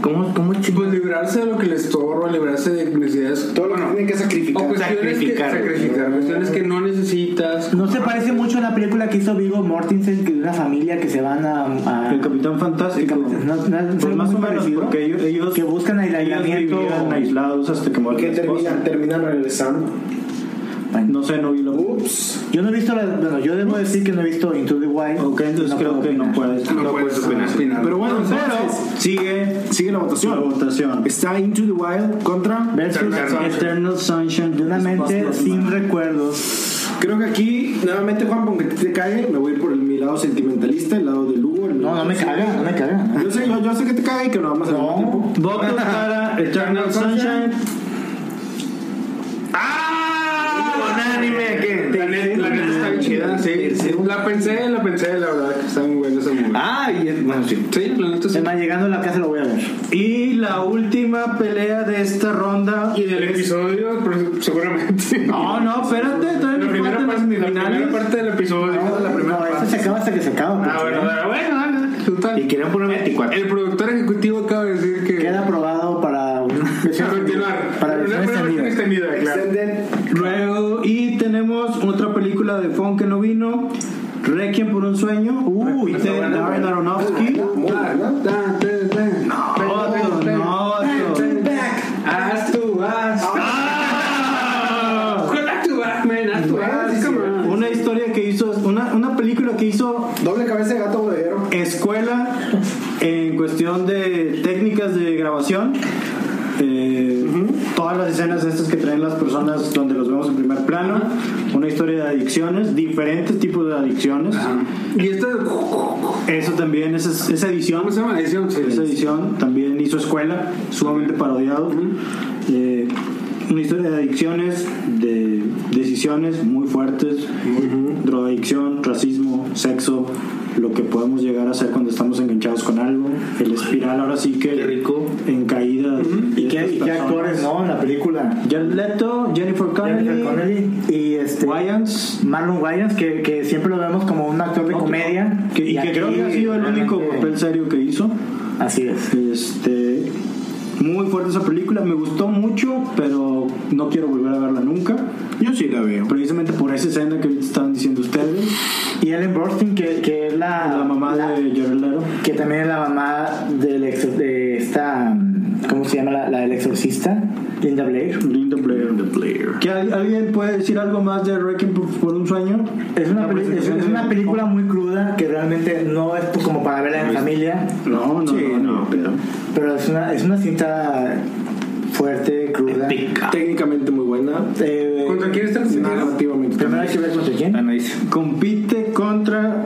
¿Cómo, cómo chico? Pues librarse de lo que le estorba, librarse de necesidades. Todo lo que tienen que O sacrificar. cuestiones que, Sacrificar. sacrificar, cuestiones que no necesitas. No se parece mucho a la película que hizo Vigo Mortensen, que de una familia que se van a. a- El Capitán Fantástico. No, no, no, Pues más muy o menos, parecido. porque ellos, ellos, que buscan ellos aislamiento. vivían aislados hasta que muere Que la esposa. terminan, terminan regresando. No sé, no vi la Ups. Yo no he visto la, bueno, yo debo decir que no he visto Into the Wild. Ok, entonces No creo puedo que no opinar. puedes. No, puedes opinar. Pero bueno, Pero entonces, sigue sigue la la votación. votación. Está Into the Wild contra. Versus Eternal Sunshine de una mente sin recuerdos. Creo que aquí, nuevamente, Juan, aunque te cae, me voy a ir por el, mi lado sentimentalista, el lado de Lugo. el No, lado no me de- caga, no me caga. Yo sé, yo, yo sé que te cae y que lo vamos a hacer al mismo tiempo. Votos para Eternal Sunshine. Unánime, ¿qué? Ah, La neta la neta está bien chida, sí. La pensé, la pensé, la verdad, que está muy buena esa movie. Ah, y eh, es, bueno, sí. Sí, la neta sí. Se va llegando a la casa lo voy a ver. Y la última pelea de esta ronda. Y del episodio, pero seguramente. No, no, espérate, todavía La me primera faltan las parte, la primera semifinales. parte del episodio. la primera este no, eso parte. se acaba hasta que se acaba. Ah, porque bueno, bueno, bueno, bueno, total. Y querían poner 24. El productor ejecutivo acaba de decir que. Queda aprobado para una Para continuar. Para Una versiones prueba extendidas. extendida, claro. Extended. Luego, y tenemos otra película de Fon que no vino. Requiem por un sueño. Uy, de Darren Aronofsky. Muy buena. No, vato, no, vato. Haz tu haz. Go back to back, man, haz tu haz, come on. Una historia que hizo, una, una película que hizo Doble cabeza de gato bodeguero. escuela en cuestión de técnicas de grabación. Eh, todas las escenas estas que traen las personas donde los vemos en primer plano, una historia de adicciones, diferentes tipos de adicciones. Ah, Y esta. Eso también, esa, esa edición, ¿Cómo se llama? Edición. sí. esa edición también hizo escuela, sumamente parodiado. Eh, una historia de adicciones, de decisiones muy fuertes, drogadicción, racismo, sexo, lo que podemos llegar a hacer cuando estamos enganchados con algo, el espiral ahora sí que en caída. ¿Y qué, y qué actores, no? En la película. Jared Leto, Jennifer Connelly, Jennifer Connelly y este. Wayans, Marlon Wayans, que, que siempre lo vemos como un actor de comedia. que- y que aquí creo que ha sido el único realmente- papel serio que hizo. Así es. Este, muy fuerte esa película, me gustó mucho, pero no quiero volver a verla nunca. Yo sí la veo. Precisamente por esa escena que ahorita estaban diciendo ustedes, Y Ellen Burstyn, que, que es la. la mamá la- de Jared Leto. Que también es la mamá del ex- de esta. ¿Cómo se llama? La, la del exorcista, Linda Blair. Linda Blair. ¿Que al- ¿Alguien puede decir algo más de Wrecking por, por un sueño? Es una, La peli- es, presentación es de- una película muy cruda que realmente no es pues como para verla en familia, Oh, No, no, no, no, pero. pero es una, es una cinta fuerte, cruda. Técnicamente muy buena. Eh, ¿Contra quién está el señor? Narrativamente. Primero hay que ver contra quién. Ah, Compite contra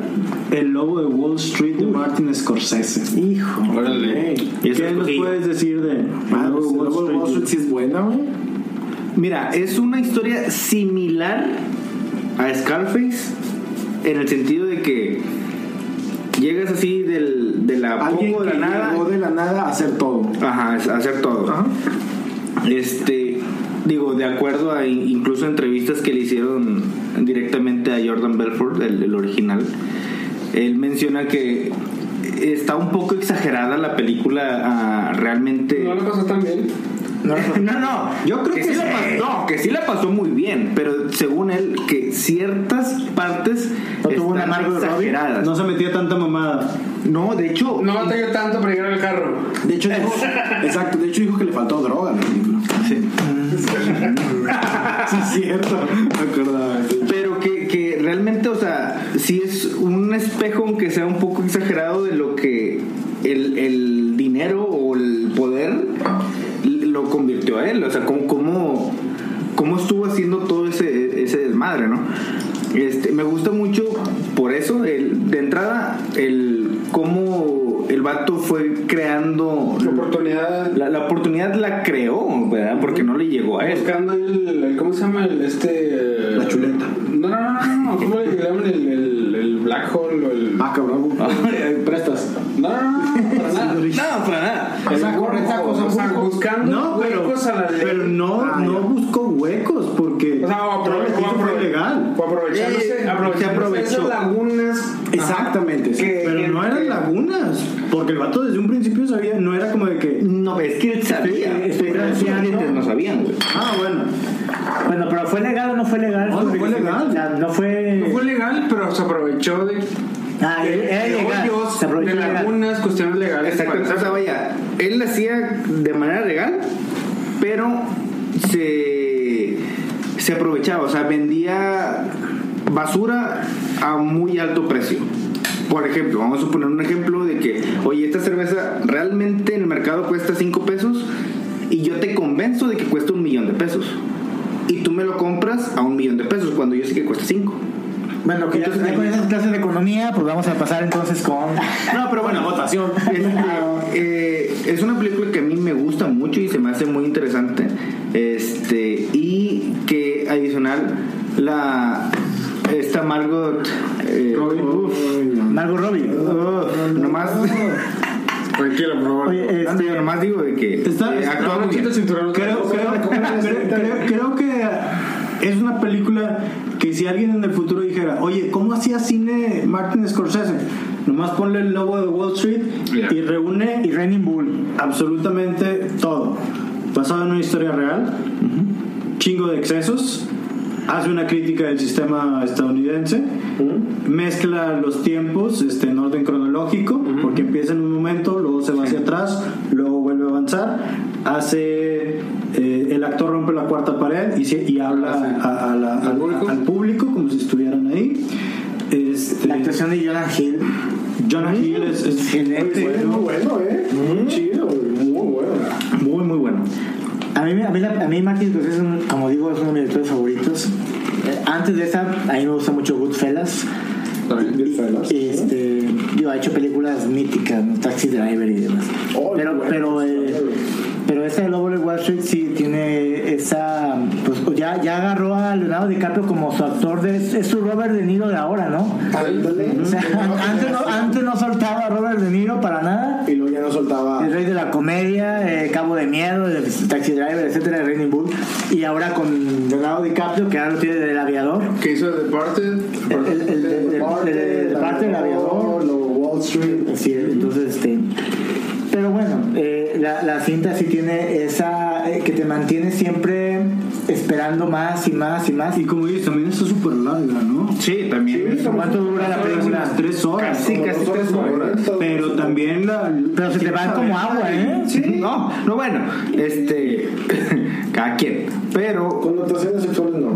El Lobo de Wall Street de Martin Scorsese. Hijo. Eh, Órale. ¿Qué nos puedes decir de El Lobo de Wall Luego Street? Wall Street sí es buena, güey. Mira, es una historia similar a Scarface en el sentido de que llegas así del, de la Alguien poco que de la nada. llegó de la nada a hacer todo. Ajá, es- hacer todo. Este, digo, de acuerdo a in- incluso entrevistas que le hicieron directamente a Jordan Belfort, el, el original, él menciona que está un poco exagerada la película ah, realmente. No lo pasó tan bien. No, no, yo creo que, sí la pasó, no, que sí la pasó muy bien, pero según él, que ciertas partes ¿No tuvo un están amargo de Robin? exageradas. No se metió tanta mamada. No, de hecho, No batalló tanto para llegar al carro. De hecho, dijo, exacto, de hecho dijo que le faltó droga al película. Sí. sí, es cierto. Me acordaba. sí. Pero que, que realmente, o sea, sí es un espejo, aunque sea un poco exagerado, de lo que el, el dinero o el poder lo convirtió a él. O sea, cómo, cómo, cómo estuvo haciendo todo ese, ese desmadre, ¿no? Este, me gusta mucho por eso, el- de entrada, el cómo el vato fue creando La oportunidad. la, la oportunidad la creó, ¿verdad? Porque no le llegó a él. Buscando el, el- ¿Cómo se llama? El, este. La chuleta. No, no, no, no, no. ¿Cómo le llaman el, el, el black hole o el. Ah, cabrón. prestas. No, no, no, no, para nada. No, para nada. El gorro, o sea, buscando No, pero, huecos a la ley. Ah, pero no, no buscó huecos porque O sea, o todo aprove- lo que o hizo fue aprove- legal. o aprovechándose, Eh, aprovechándose se aprovechó. esas lagunas. Exactamente. sí. que- Pero que- no eran que- lagunas, porque el vato desde un principio sabía, no era como de que, "Mm, No, es que él sabía. Sí, sí, Pero sí, sus sí, clientes no. no sabían, güey. ah, bueno, Bueno, pero fue legal o no fue legal. No, no fue legal. Ya, No fue. No fue legal, pero se aprovechó de, Ah, de, era de legal. hoyos, Se aprovechó de legal. lagunas, cuestiones legales. Exacto. O sea, vaya, él la hacía de manera legal, pero se, se aprovechaba. O sea, vendía basura a muy alto precio. Por ejemplo, vamos a suponer un ejemplo de que, oye, esta cerveza realmente en el mercado cuesta 5 pesos y yo te convenzo de que cuesta un millón de pesos. Y tú me lo compras a un millón de pesos cuando yo sé que cuesta 5. Bueno, que ya, Entonces, ya con ahí- esas clases de economía, pues vamos a pasar entonces con. No, pero bueno, votación. Este, eh, es una película que a mí me gusta mucho y se me hace muy interesante. Este, y que adicional, la. Esta Margot. eh, uf, Margot Robbie. uf, nomás. Tranquilo, por favor. Oye, este, digo, nomás digo de que. Está- eh, está- actúa muy este bien. creo, creo, creo- creo- creo que es una película que si alguien en el futuro dijera, oye, ¿cómo hacía cine Martin Scorsese? Nomás ponle el logo de Wall Street y reúne y Raining Bull. absolutamente todo. Basado en una historia real, chingo de excesos, hace una crítica del sistema estadounidense, mezcla los tiempos este, en orden cronológico, porque empieza en un momento, luego se va hacia atrás, luego vuelve a avanzar, hace... eh, el actor rompe la cuarta pared y, se- y habla a- a la- al, público? al público como si estuvieran ahí. Este, La actuación de Jonah Hill. Jonah Mm. Hill es, es Excelente. Mm. muy bueno. Muy bueno, eh. Chido, güey. Muy bueno. Muy, muy bueno. A mí, a mí, la- a mí Martin Scorsese, es un- como digo, es uno de mis directores favoritos. Eh, Antes de esa, a mí me gusta mucho Goodfellas. Este, digo, ha hecho películas míticas, ¿no? Taxi Driver y demás. Oh, pero, bueno, pero, eh, pero esta de Lobo de Wall Street sí tiene esa. Pues ya, ya agarró a Leonardo DiCaprio como su actor, de, es su Robert De Niro de ahora, ¿no? Ándale. O sea, antes, no, antes no soltaba a Robert De Niro para nada. Y luego ya no soltaba. El rey de la comedia, eh, Cabo de Miedo, el Taxi Driver, etcétera, de Raining Bull. Y ahora con Leonardo DiCaprio, que ahora lo tiene del aviador. Que hizo The Departed. El, el, el, el- el- Parte, el- el parte del aviador. lo Wall Street. Así es, entonces este. Pero bueno, eh, la, la cinta sí tiene esa eh, que te mantiene siempre esperando más y más y más. Y como dices, también está súper larga, ¿no? Sí, también. ¿Cuánto dura la Casi película? unas tres horas. Casi, casi Dos horas tres horas. cuarenta, Pero también la. Pero se te va como agua, ¿eh? No, no, bueno, este. cada quien. Pero. Connotaciones sexuales no.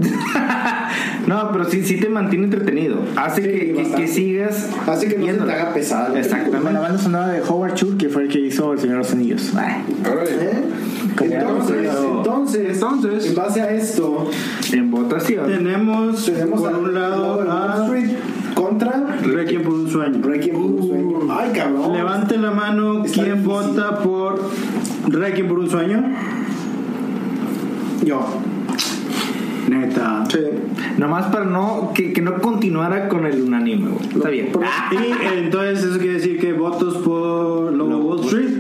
no, pero sí, sí te mantiene entretenido. Hace que, que, bastante. que sigas. Hace que no se te viéndola. haga pesada. Con la Exactamente. banda sonora de Howard Shore, que fue el que hizo El Señor de los Anillos. Ah, Órale. ¿Eh? como- Entonces, Pero- entonces, Entonces- en base a esto, En votación. Tenemos, tenemos por a- un lado Lobo de Wall a Street contra Requiem por un sueño. Uh. Breaking Bad. Ay, cabrón. Levante la mano Está quien difícil. vota por Requiem por un sueño. Yo. Neta. Sí. Nomás para no. Que, que no continuara con el unánime, güey. Está bien. Y entonces eso quiere decir que votos por Lobo Wall Street.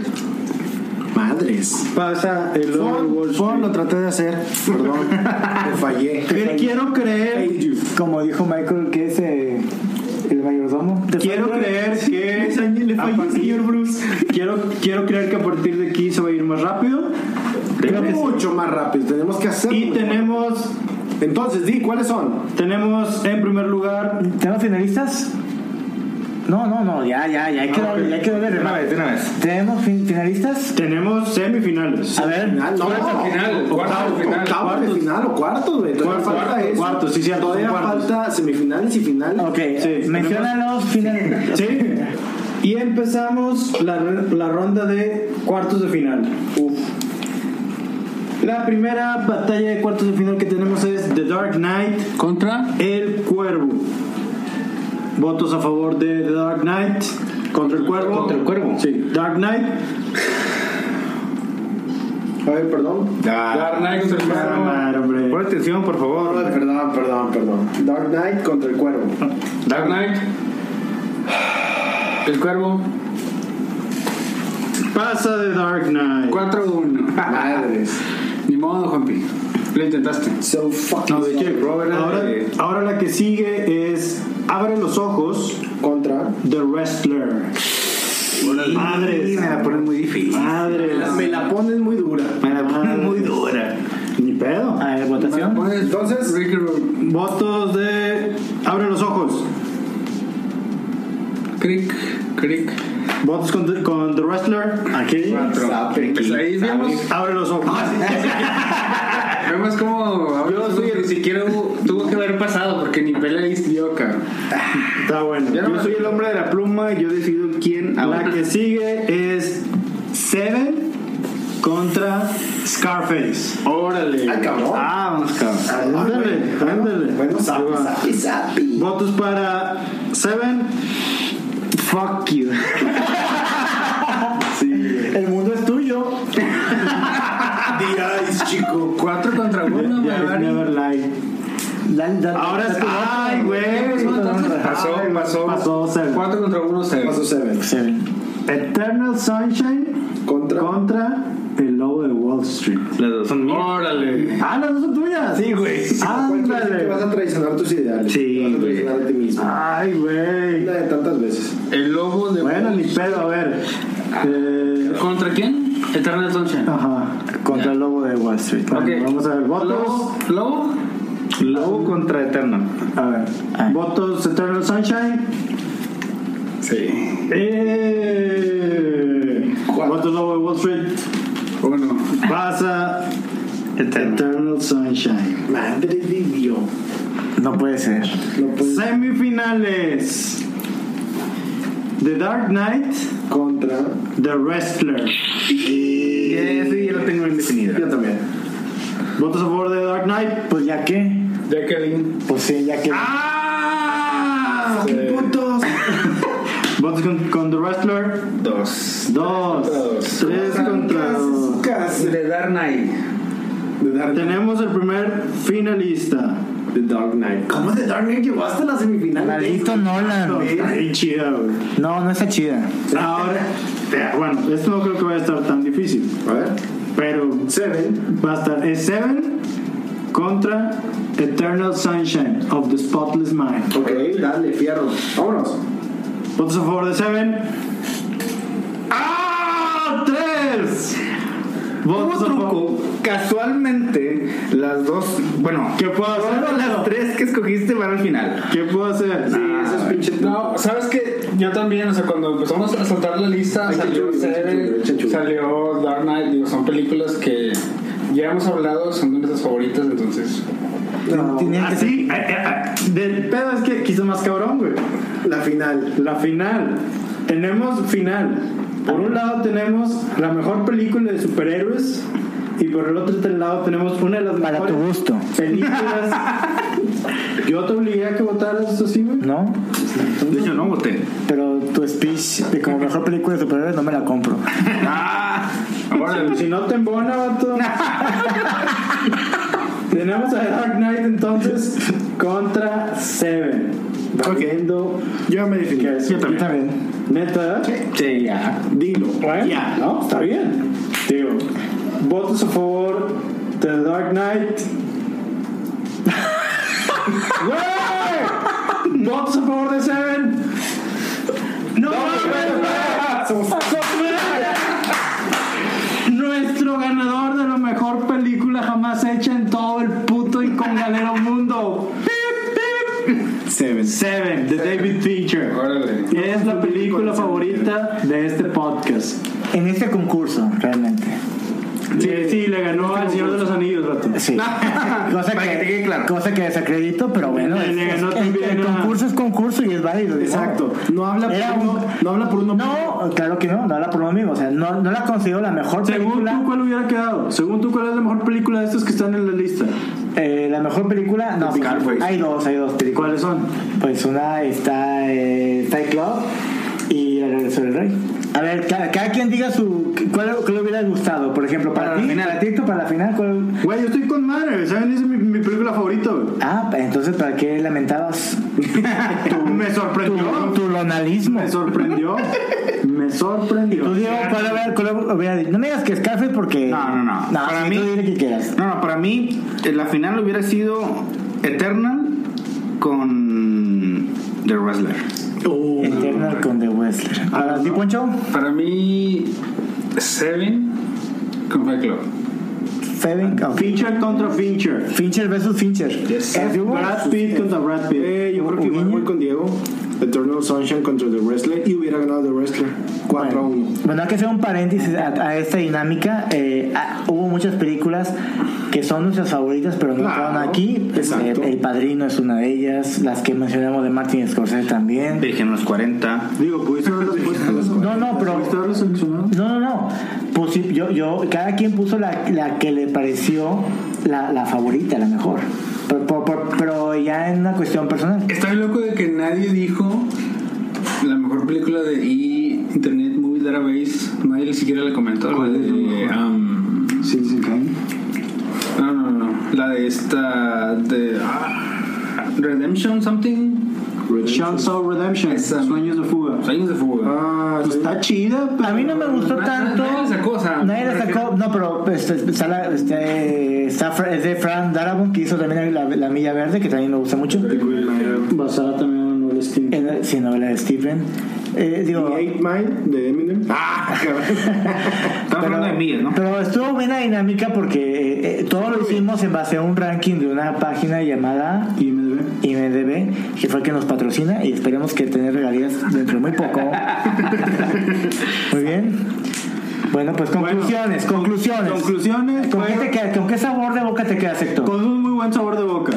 Madres. Pasa el Lobo Fon, Wall Fon, lo Street. traté de hacer. Perdón. Te fallé. Que Quiero creer, Como dijo Michael, que es eh, el mayordomo. quiero creer que a partir- Quiero, quiero creer que a partir de aquí se va a ir más rápido. Mucho más rápido. Tenemos que hacer. Y tenemos, Entonces, di, ¿cuáles son? tenemos en primer lugar ¿Tenemos finalistas? No, no, no, ya, ya, ya hay Ah, que darle, ya hay que darle Una remate. vez, una vez. ¿Tenemos fin- finalistas? Tenemos semifinales. A ver, Ah, no, Cuarto final, cuarto final. Octavo de final o cuarto, güey. Todavía Cuarto, falta cuarto, eso. cuarto, sí, cierto, Todavía son cuartos. falta semifinales y finales. ok, eh, Sí, menciona los finalistas. Sí. Y empezamos la, la ronda de cuartos de final. La primera batalla de cuartos de final que tenemos es The Dark Knight Contra. El Cuervo. Votos a favor de The Dark Knight contra el Cuervo. Contra el Cuervo. Sí, Dark Knight. A ver, perdón. Ah, Dark Knight contra el cuervo. Claro, hombre. Pon atención, por favor. Perdón, perdón, perdón. Dark Knight contra el cuervo. Dark Knight. El cuervo. Pasa de Dark Knight. 4-1. Madres. Ni modo, Juanpi. Lo intentaste. So fucking. No, de qué? Robert, ahora, eh. ahora la que sigue es Abre los ojos, Contra. The Wrestler. Sí, Madres. me la ponen muy difícil. Madres. Me la pones muy dura. Me la ponen muy dura. Ni pedo. A ver, votación. Entonces, Ricky Roll. Votos de. Abre los ojos. Crick, crick. Votos con, The- con The Wrestler. Aquí. Pues ahí vemos. Abre los ojos. Vemos como. Yo soy el. Ni siquiera hubo- tuvo que haber pasado porque ni pelea dio, cabrón. Está bueno. Ya no Yo me- soy el hombre de la pluma. Yo decido quién. La ahora. que sigue es Seven contra Scarface. Órale. Ay, cabrón. Ah, Vamos, cabrón. Ándale, ándale. Bueno, Ahí sapi, va. sapi, sapi. Votos para Seven. Fuck you. El mundo es tuyo. Diáis, chico. 4 contra 1, Ya es never lie. Dale, dale. Ahora es. Ay, güey. Pasó, Ay, pasó. Pasó Seven. 4 ah, contra 1, se Paso 7. Eternal Sunshine Contra. contra el lobo de Wall Street. Las dos son mías. Órale. Ah, las dos son tuyas. Sí, güey. Te vas Ándale. a traicionar tus ideales. Sí, Te vas a güey. traicionar a ti mismo. Ay, güey. Una de tantas veces. El lobo de. Bueno, ni pedo, a ver. Eh, ¿Contra quién? Eternal Sunshine. ajá. Contra el lobo de Wall Street. Bueno, Ok. Vamos a ver, pues, votos. Lobo. Lobo. Lobo contra Eterno. A ver, Ah. votos Eternal Sunshine. Sí. Eh, votos Lobo de Wall Street. Bueno. Pasa Eternal Sunshine. Madre de Dios. No puede ser. No puedes Semifinales. The Dark Knight, contra. The Wrestler. Sí, el la tengo bien definida. Yo también. ¿Votos a favor de Dark Knight? Pues ya que. Jacqueline. Pues sí, ya que. ¡Ah! ¡Qué putos! ¿Votos Este, con, con The Wrestler? Dos. Dos. Tres contra dos. Casi. De Dark Knight. The Dark Knight. Tenemos el primer finalista. The Dark Knight. ¿Cómo de Dark Knight llegó hasta la semifinal? Maldito Nolan. güey. Está bien chida, güey. No, no está chida. Ahora, bueno, esto no creo que vaya a estar tan difícil. A ver. Pero Seven. va a estar es Seven contra Eternal Sunshine of the Spotless Mind. Ok, dale, fierro. Vámonos. ¿Votos a favor de Seven? ¡Ah! ¡Tres! Como ¿Votos a favor? truco, casualmente, las dos, bueno, ¿Qué puedo solo hacer? las tres que escogiste van al final. ¿Qué puedo hacer? Eso es pinche. No, ¿sabes qué? Yo también, o sea, cuando empezamos a soltar la lista, Ay, salió chanchullo, chanchullo, Seven, chanchullo. salió Dark Knight, digo, son películas que ya hemos hablado, son de nuestras favoritas, entonces... Tenía que Así, eh, eh, eh, del pedo es que quiso más cabrón, güey. La final. La final. Tenemos final. Por un lado tenemos la mejor película de superhéroes y por el otro lado tenemos una de las Para tu mejores gusto, películas. Yo te obligué a que votaras así, güey. ¿no? De hecho, no voté. Pero tu speech de como mejor película de superhéroes no me la compro. Ahora, si no te embona, vato. tenemos a Dark Knight entonces contra Seven. Viendo Yo me definí. que es- también. Neta, Sí, ya. Dilo. Bueno, Ya. no, está bien. Digo, votos a favor de The Dark Knight. ¡Güey! ¿Votos a favor de Seven? ¡No, mames, güey! Nuestro ganador de la mejor película jamás hecha en todo el puto y congalero mundo. ¡Pip, pip! Seven. Seven, de David Fincher. Órale. Es la película favorita de este podcast. En este concurso, realmente. Sí, sí, le ganó al Señor de los Anillos, vato. Eh, Sí. cosa, Para que te quede claro. cosa que desacredito, pero bueno. Le- le es- ganó es- también el a- concurso es concurso y es válido. digo. Exacto. No habla Era por un- uno. No habla por uno. No, claro que no, no la por lo mismo. O sea, no, no la considero la Según mejor tú, película. ¿cuál hubiera quedado? Según tú, ¿cuál es la mejor película de estas que están en la lista? eh, la mejor película, no, Scarface. hay dos, hay dos películas. ¿Cuáles son? Pues una está eh, Fight Club y El regreso del rey. A ver, cada, cada quien diga su cuál, cuál le hubiera gustado. Por ejemplo, para, Para la ti, final. para ti, tú, para la final, ¿cuál? Güey, yo estoy con madre, ¿saben? Esa es mi, mi película favorita, güey. Ah, entonces, ¿para qué lamentabas Me tu, sorprendió. tu lonalismo? Me sorprendió. Me Tú sorprendió. digo, ¿cuál hubiera- cuál hubiera dicho? No me digas que Scarface porque... No, no, no. Para para mí... mí- Tú dile que quieras. No, no, para mí, eh, la final hubiera sido Eternal con The Wrestler. Eternal con The Wrestler. ¿Para ti, Poncho? Para mí, Seven con Fight Club. Seven, ok. Fincher contra Fincher. Fincher versus Fincher. ¿Así hubo? Brad Pitt contra Brad Pitt. Eh, yo creo que igual voy con Diego. Eternal Sunshine contra The Wrestler. Y hubiera ganado The Wrestler. 4 a 1. Bueno, hay que hacer un paréntesis a, a esta dinámica. Eh, ah, hubo muchas películas que son nuestras favoritas, pero no Claro, estaban aquí. exacto. Eh, El Padrino es una de ellas. Las que mencionamos de Martin Scorsese también. Virgen los 40. Digo, ¿pudiste haberlo seleccionado? No, no, pero... ¿Pudiste haberlo seleccionado? No, no, no. Pues sí, yo, yo, cada quien puso la, la que le pareció la, la favorita, la mejor. Pero, por- por- pero ya en una cuestión personal. Está bien loco de que nadie dijo la mejor película de E! Internet Movie Database. Nadie ni siquiera le comentó. La de, um, Sí, sí, no, no, no. La de esta. de. ah, Redemption something. Shouts of Redemption. Esa. Sueños de fuga. Sueños de fuga. Ah, Pues Está chida, pero... A mí no me gustó Nadie- tanto. nadie la sacó, o sea, Nadie la me refiero- sacó. No, pero este, está la- este, está Fra- es de Fran Darabont, que hizo también la, la Milla Verde, que también me gusta mucho. Basada también en una novela En la- sí, novela de Stephen. Eh, digo, 8 Mile de Eminem. Ah, Estamos hablando de millas, ¿no? Pero estuvo buena dinámica porque eh, eh, todo lo hicimos en base a un ranking de una página llamada IMDb. IMDB, que fue el que nos patrocina y esperemos que tener regalías dentro de muy poco. muy bien. Bueno, pues conclusiones, conclusiones. Conclusiones. ¿Con qué, fue- te quedas- ¿Con qué sabor de boca te quedas, Héctor? Con un muy buen sabor de boca.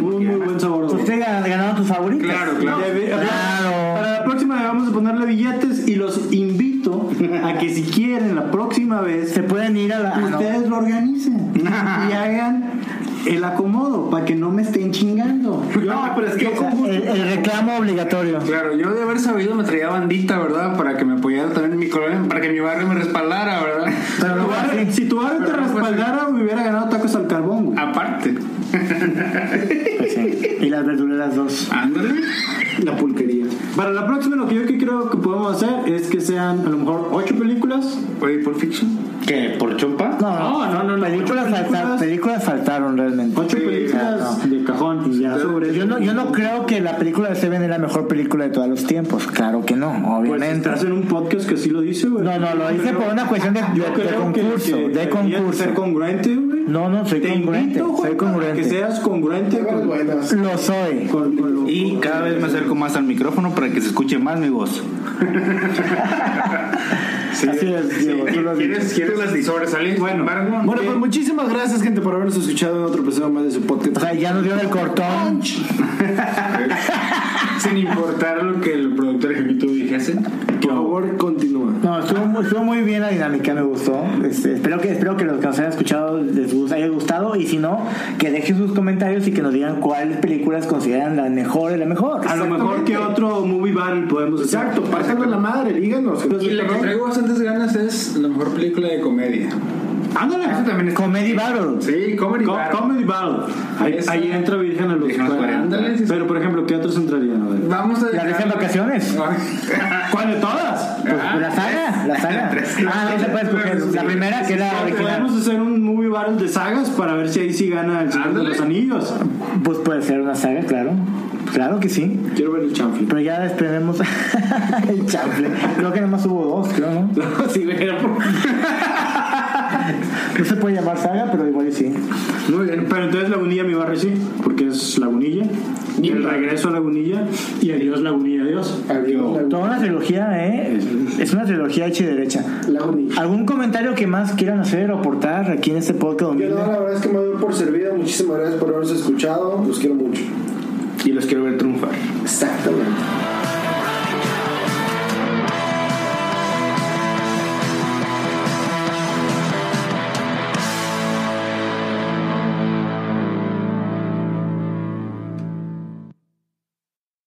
un muy buen sabor de boca. ¿Usted ha ganado tus favoritas? Claro, claro. Debe- Claro. Para la próxima vamos a ponerle billetes y los invito a que si quieren la próxima vez Se pueden ir a la. ah, no. ustedes lo organicen y hagan el acomodo para que no me estén chingando. No, Ah, pero es que. El, el reclamo obligatorio. Claro, yo de haber sabido me traía bandita, ¿verdad? Para que me apoyara también mi colonia, para que mi barrio me respaldara, ¿verdad? Tu barrio- si tu barrio te Pero no fue así. respaldara, me hubiera ganado tacos al carbón, güey. Aparte. Pues sí. Y las verduras dos. Ándale. La pulquería. Para la próxima, lo que yo que creo que podemos hacer es que sean a lo mejor ocho películas. Oye, por fiction. ¿Qué? ¿Por chompa? No, no, no, no. películas, salta- películas saltaron realmente. Ah, Ocho películas de cajón y ya sobre Yo no, yo no creo que la película de Seven es la mejor película de todos los tiempos. Claro que no, Pues obviamente. estás en un podcast que sí lo dice, güey. No, no, lo hice por una cuestión de, de- Yo de creo que- concurso. que de deberías concurso. ser congruente, güey. No, no, soy Te congruente. invito, Juan, soy Que congruente. seas congruente con, buenas. Lo soy. con- con lo- Y cada vez me acerco más al micrófono para que se escuche más mi voz. Así es, Diego, tú lo has dicho. ¿Quieres, quieres las sobresalir? Bueno, embargo, Bueno, pues muchísimas gracias, gente, por habernos escuchado en otro episodio más de su podcast. O sea, ya nos dio el cortón. pues, sin importar lo que el productor ejecutivo dijese. Por favor, continúa. No, estuvo, mu- estuvo muy bien la dinámica, me gustó. Este, espero que espero que los que nos hayan escuchado les gus- haya gustado y si no, que dejen sus comentarios y que nos digan cuáles películas consideran la mejor y la mejor. Ah, a lo mejor que otro movie battle podemos hacer. Exacto, pásanos la madre, díganos. Y lo que traigo bastantes ganas es la mejor película de comedia. Ándale. Eso también es. Comedy Battle. Sí, comedy. Co- bar. Comedy Battle. Ahí, Esa. ahí entra Virgen a los Virgen a los 40. 40. Pero, por ejemplo, ¿qué otros entrarían? A ver. Vamos a La dejé en vacaciones. ¿Cuál de todas? Pues, pues, la saga, la saga. Ah, no se puede escoger. La primera que era original. Podemos hacer un movie battle de sagas para ver si ahí sí gana el Señor de Ándale. los Anillos. Pues puede ser una saga, claro. Claro que sí. Quiero ver el chanfle. Pero ya desprendemos el chanfle. Creo que nomás hubo dos, creo, ¿no? sí, pero No se puede llamar saga, pero igual y sí. Muy bien, pero entonces Lagunilla mi barrio sí, porque es Lagunilla. Y el regreso a Lagunilla y adiós Lagunilla, adiós. Toda una trilogía, ¿eh? Es una trilogía hecha y derecha. ¿Algún comentario que más quieran hacer o aportar aquí en este Yo podcast? no, humilde? la verdad es que me doy por servido. Muchísimas gracias por habernos escuchado. Los quiero mucho. Y los quiero ver triunfar. Exactamente.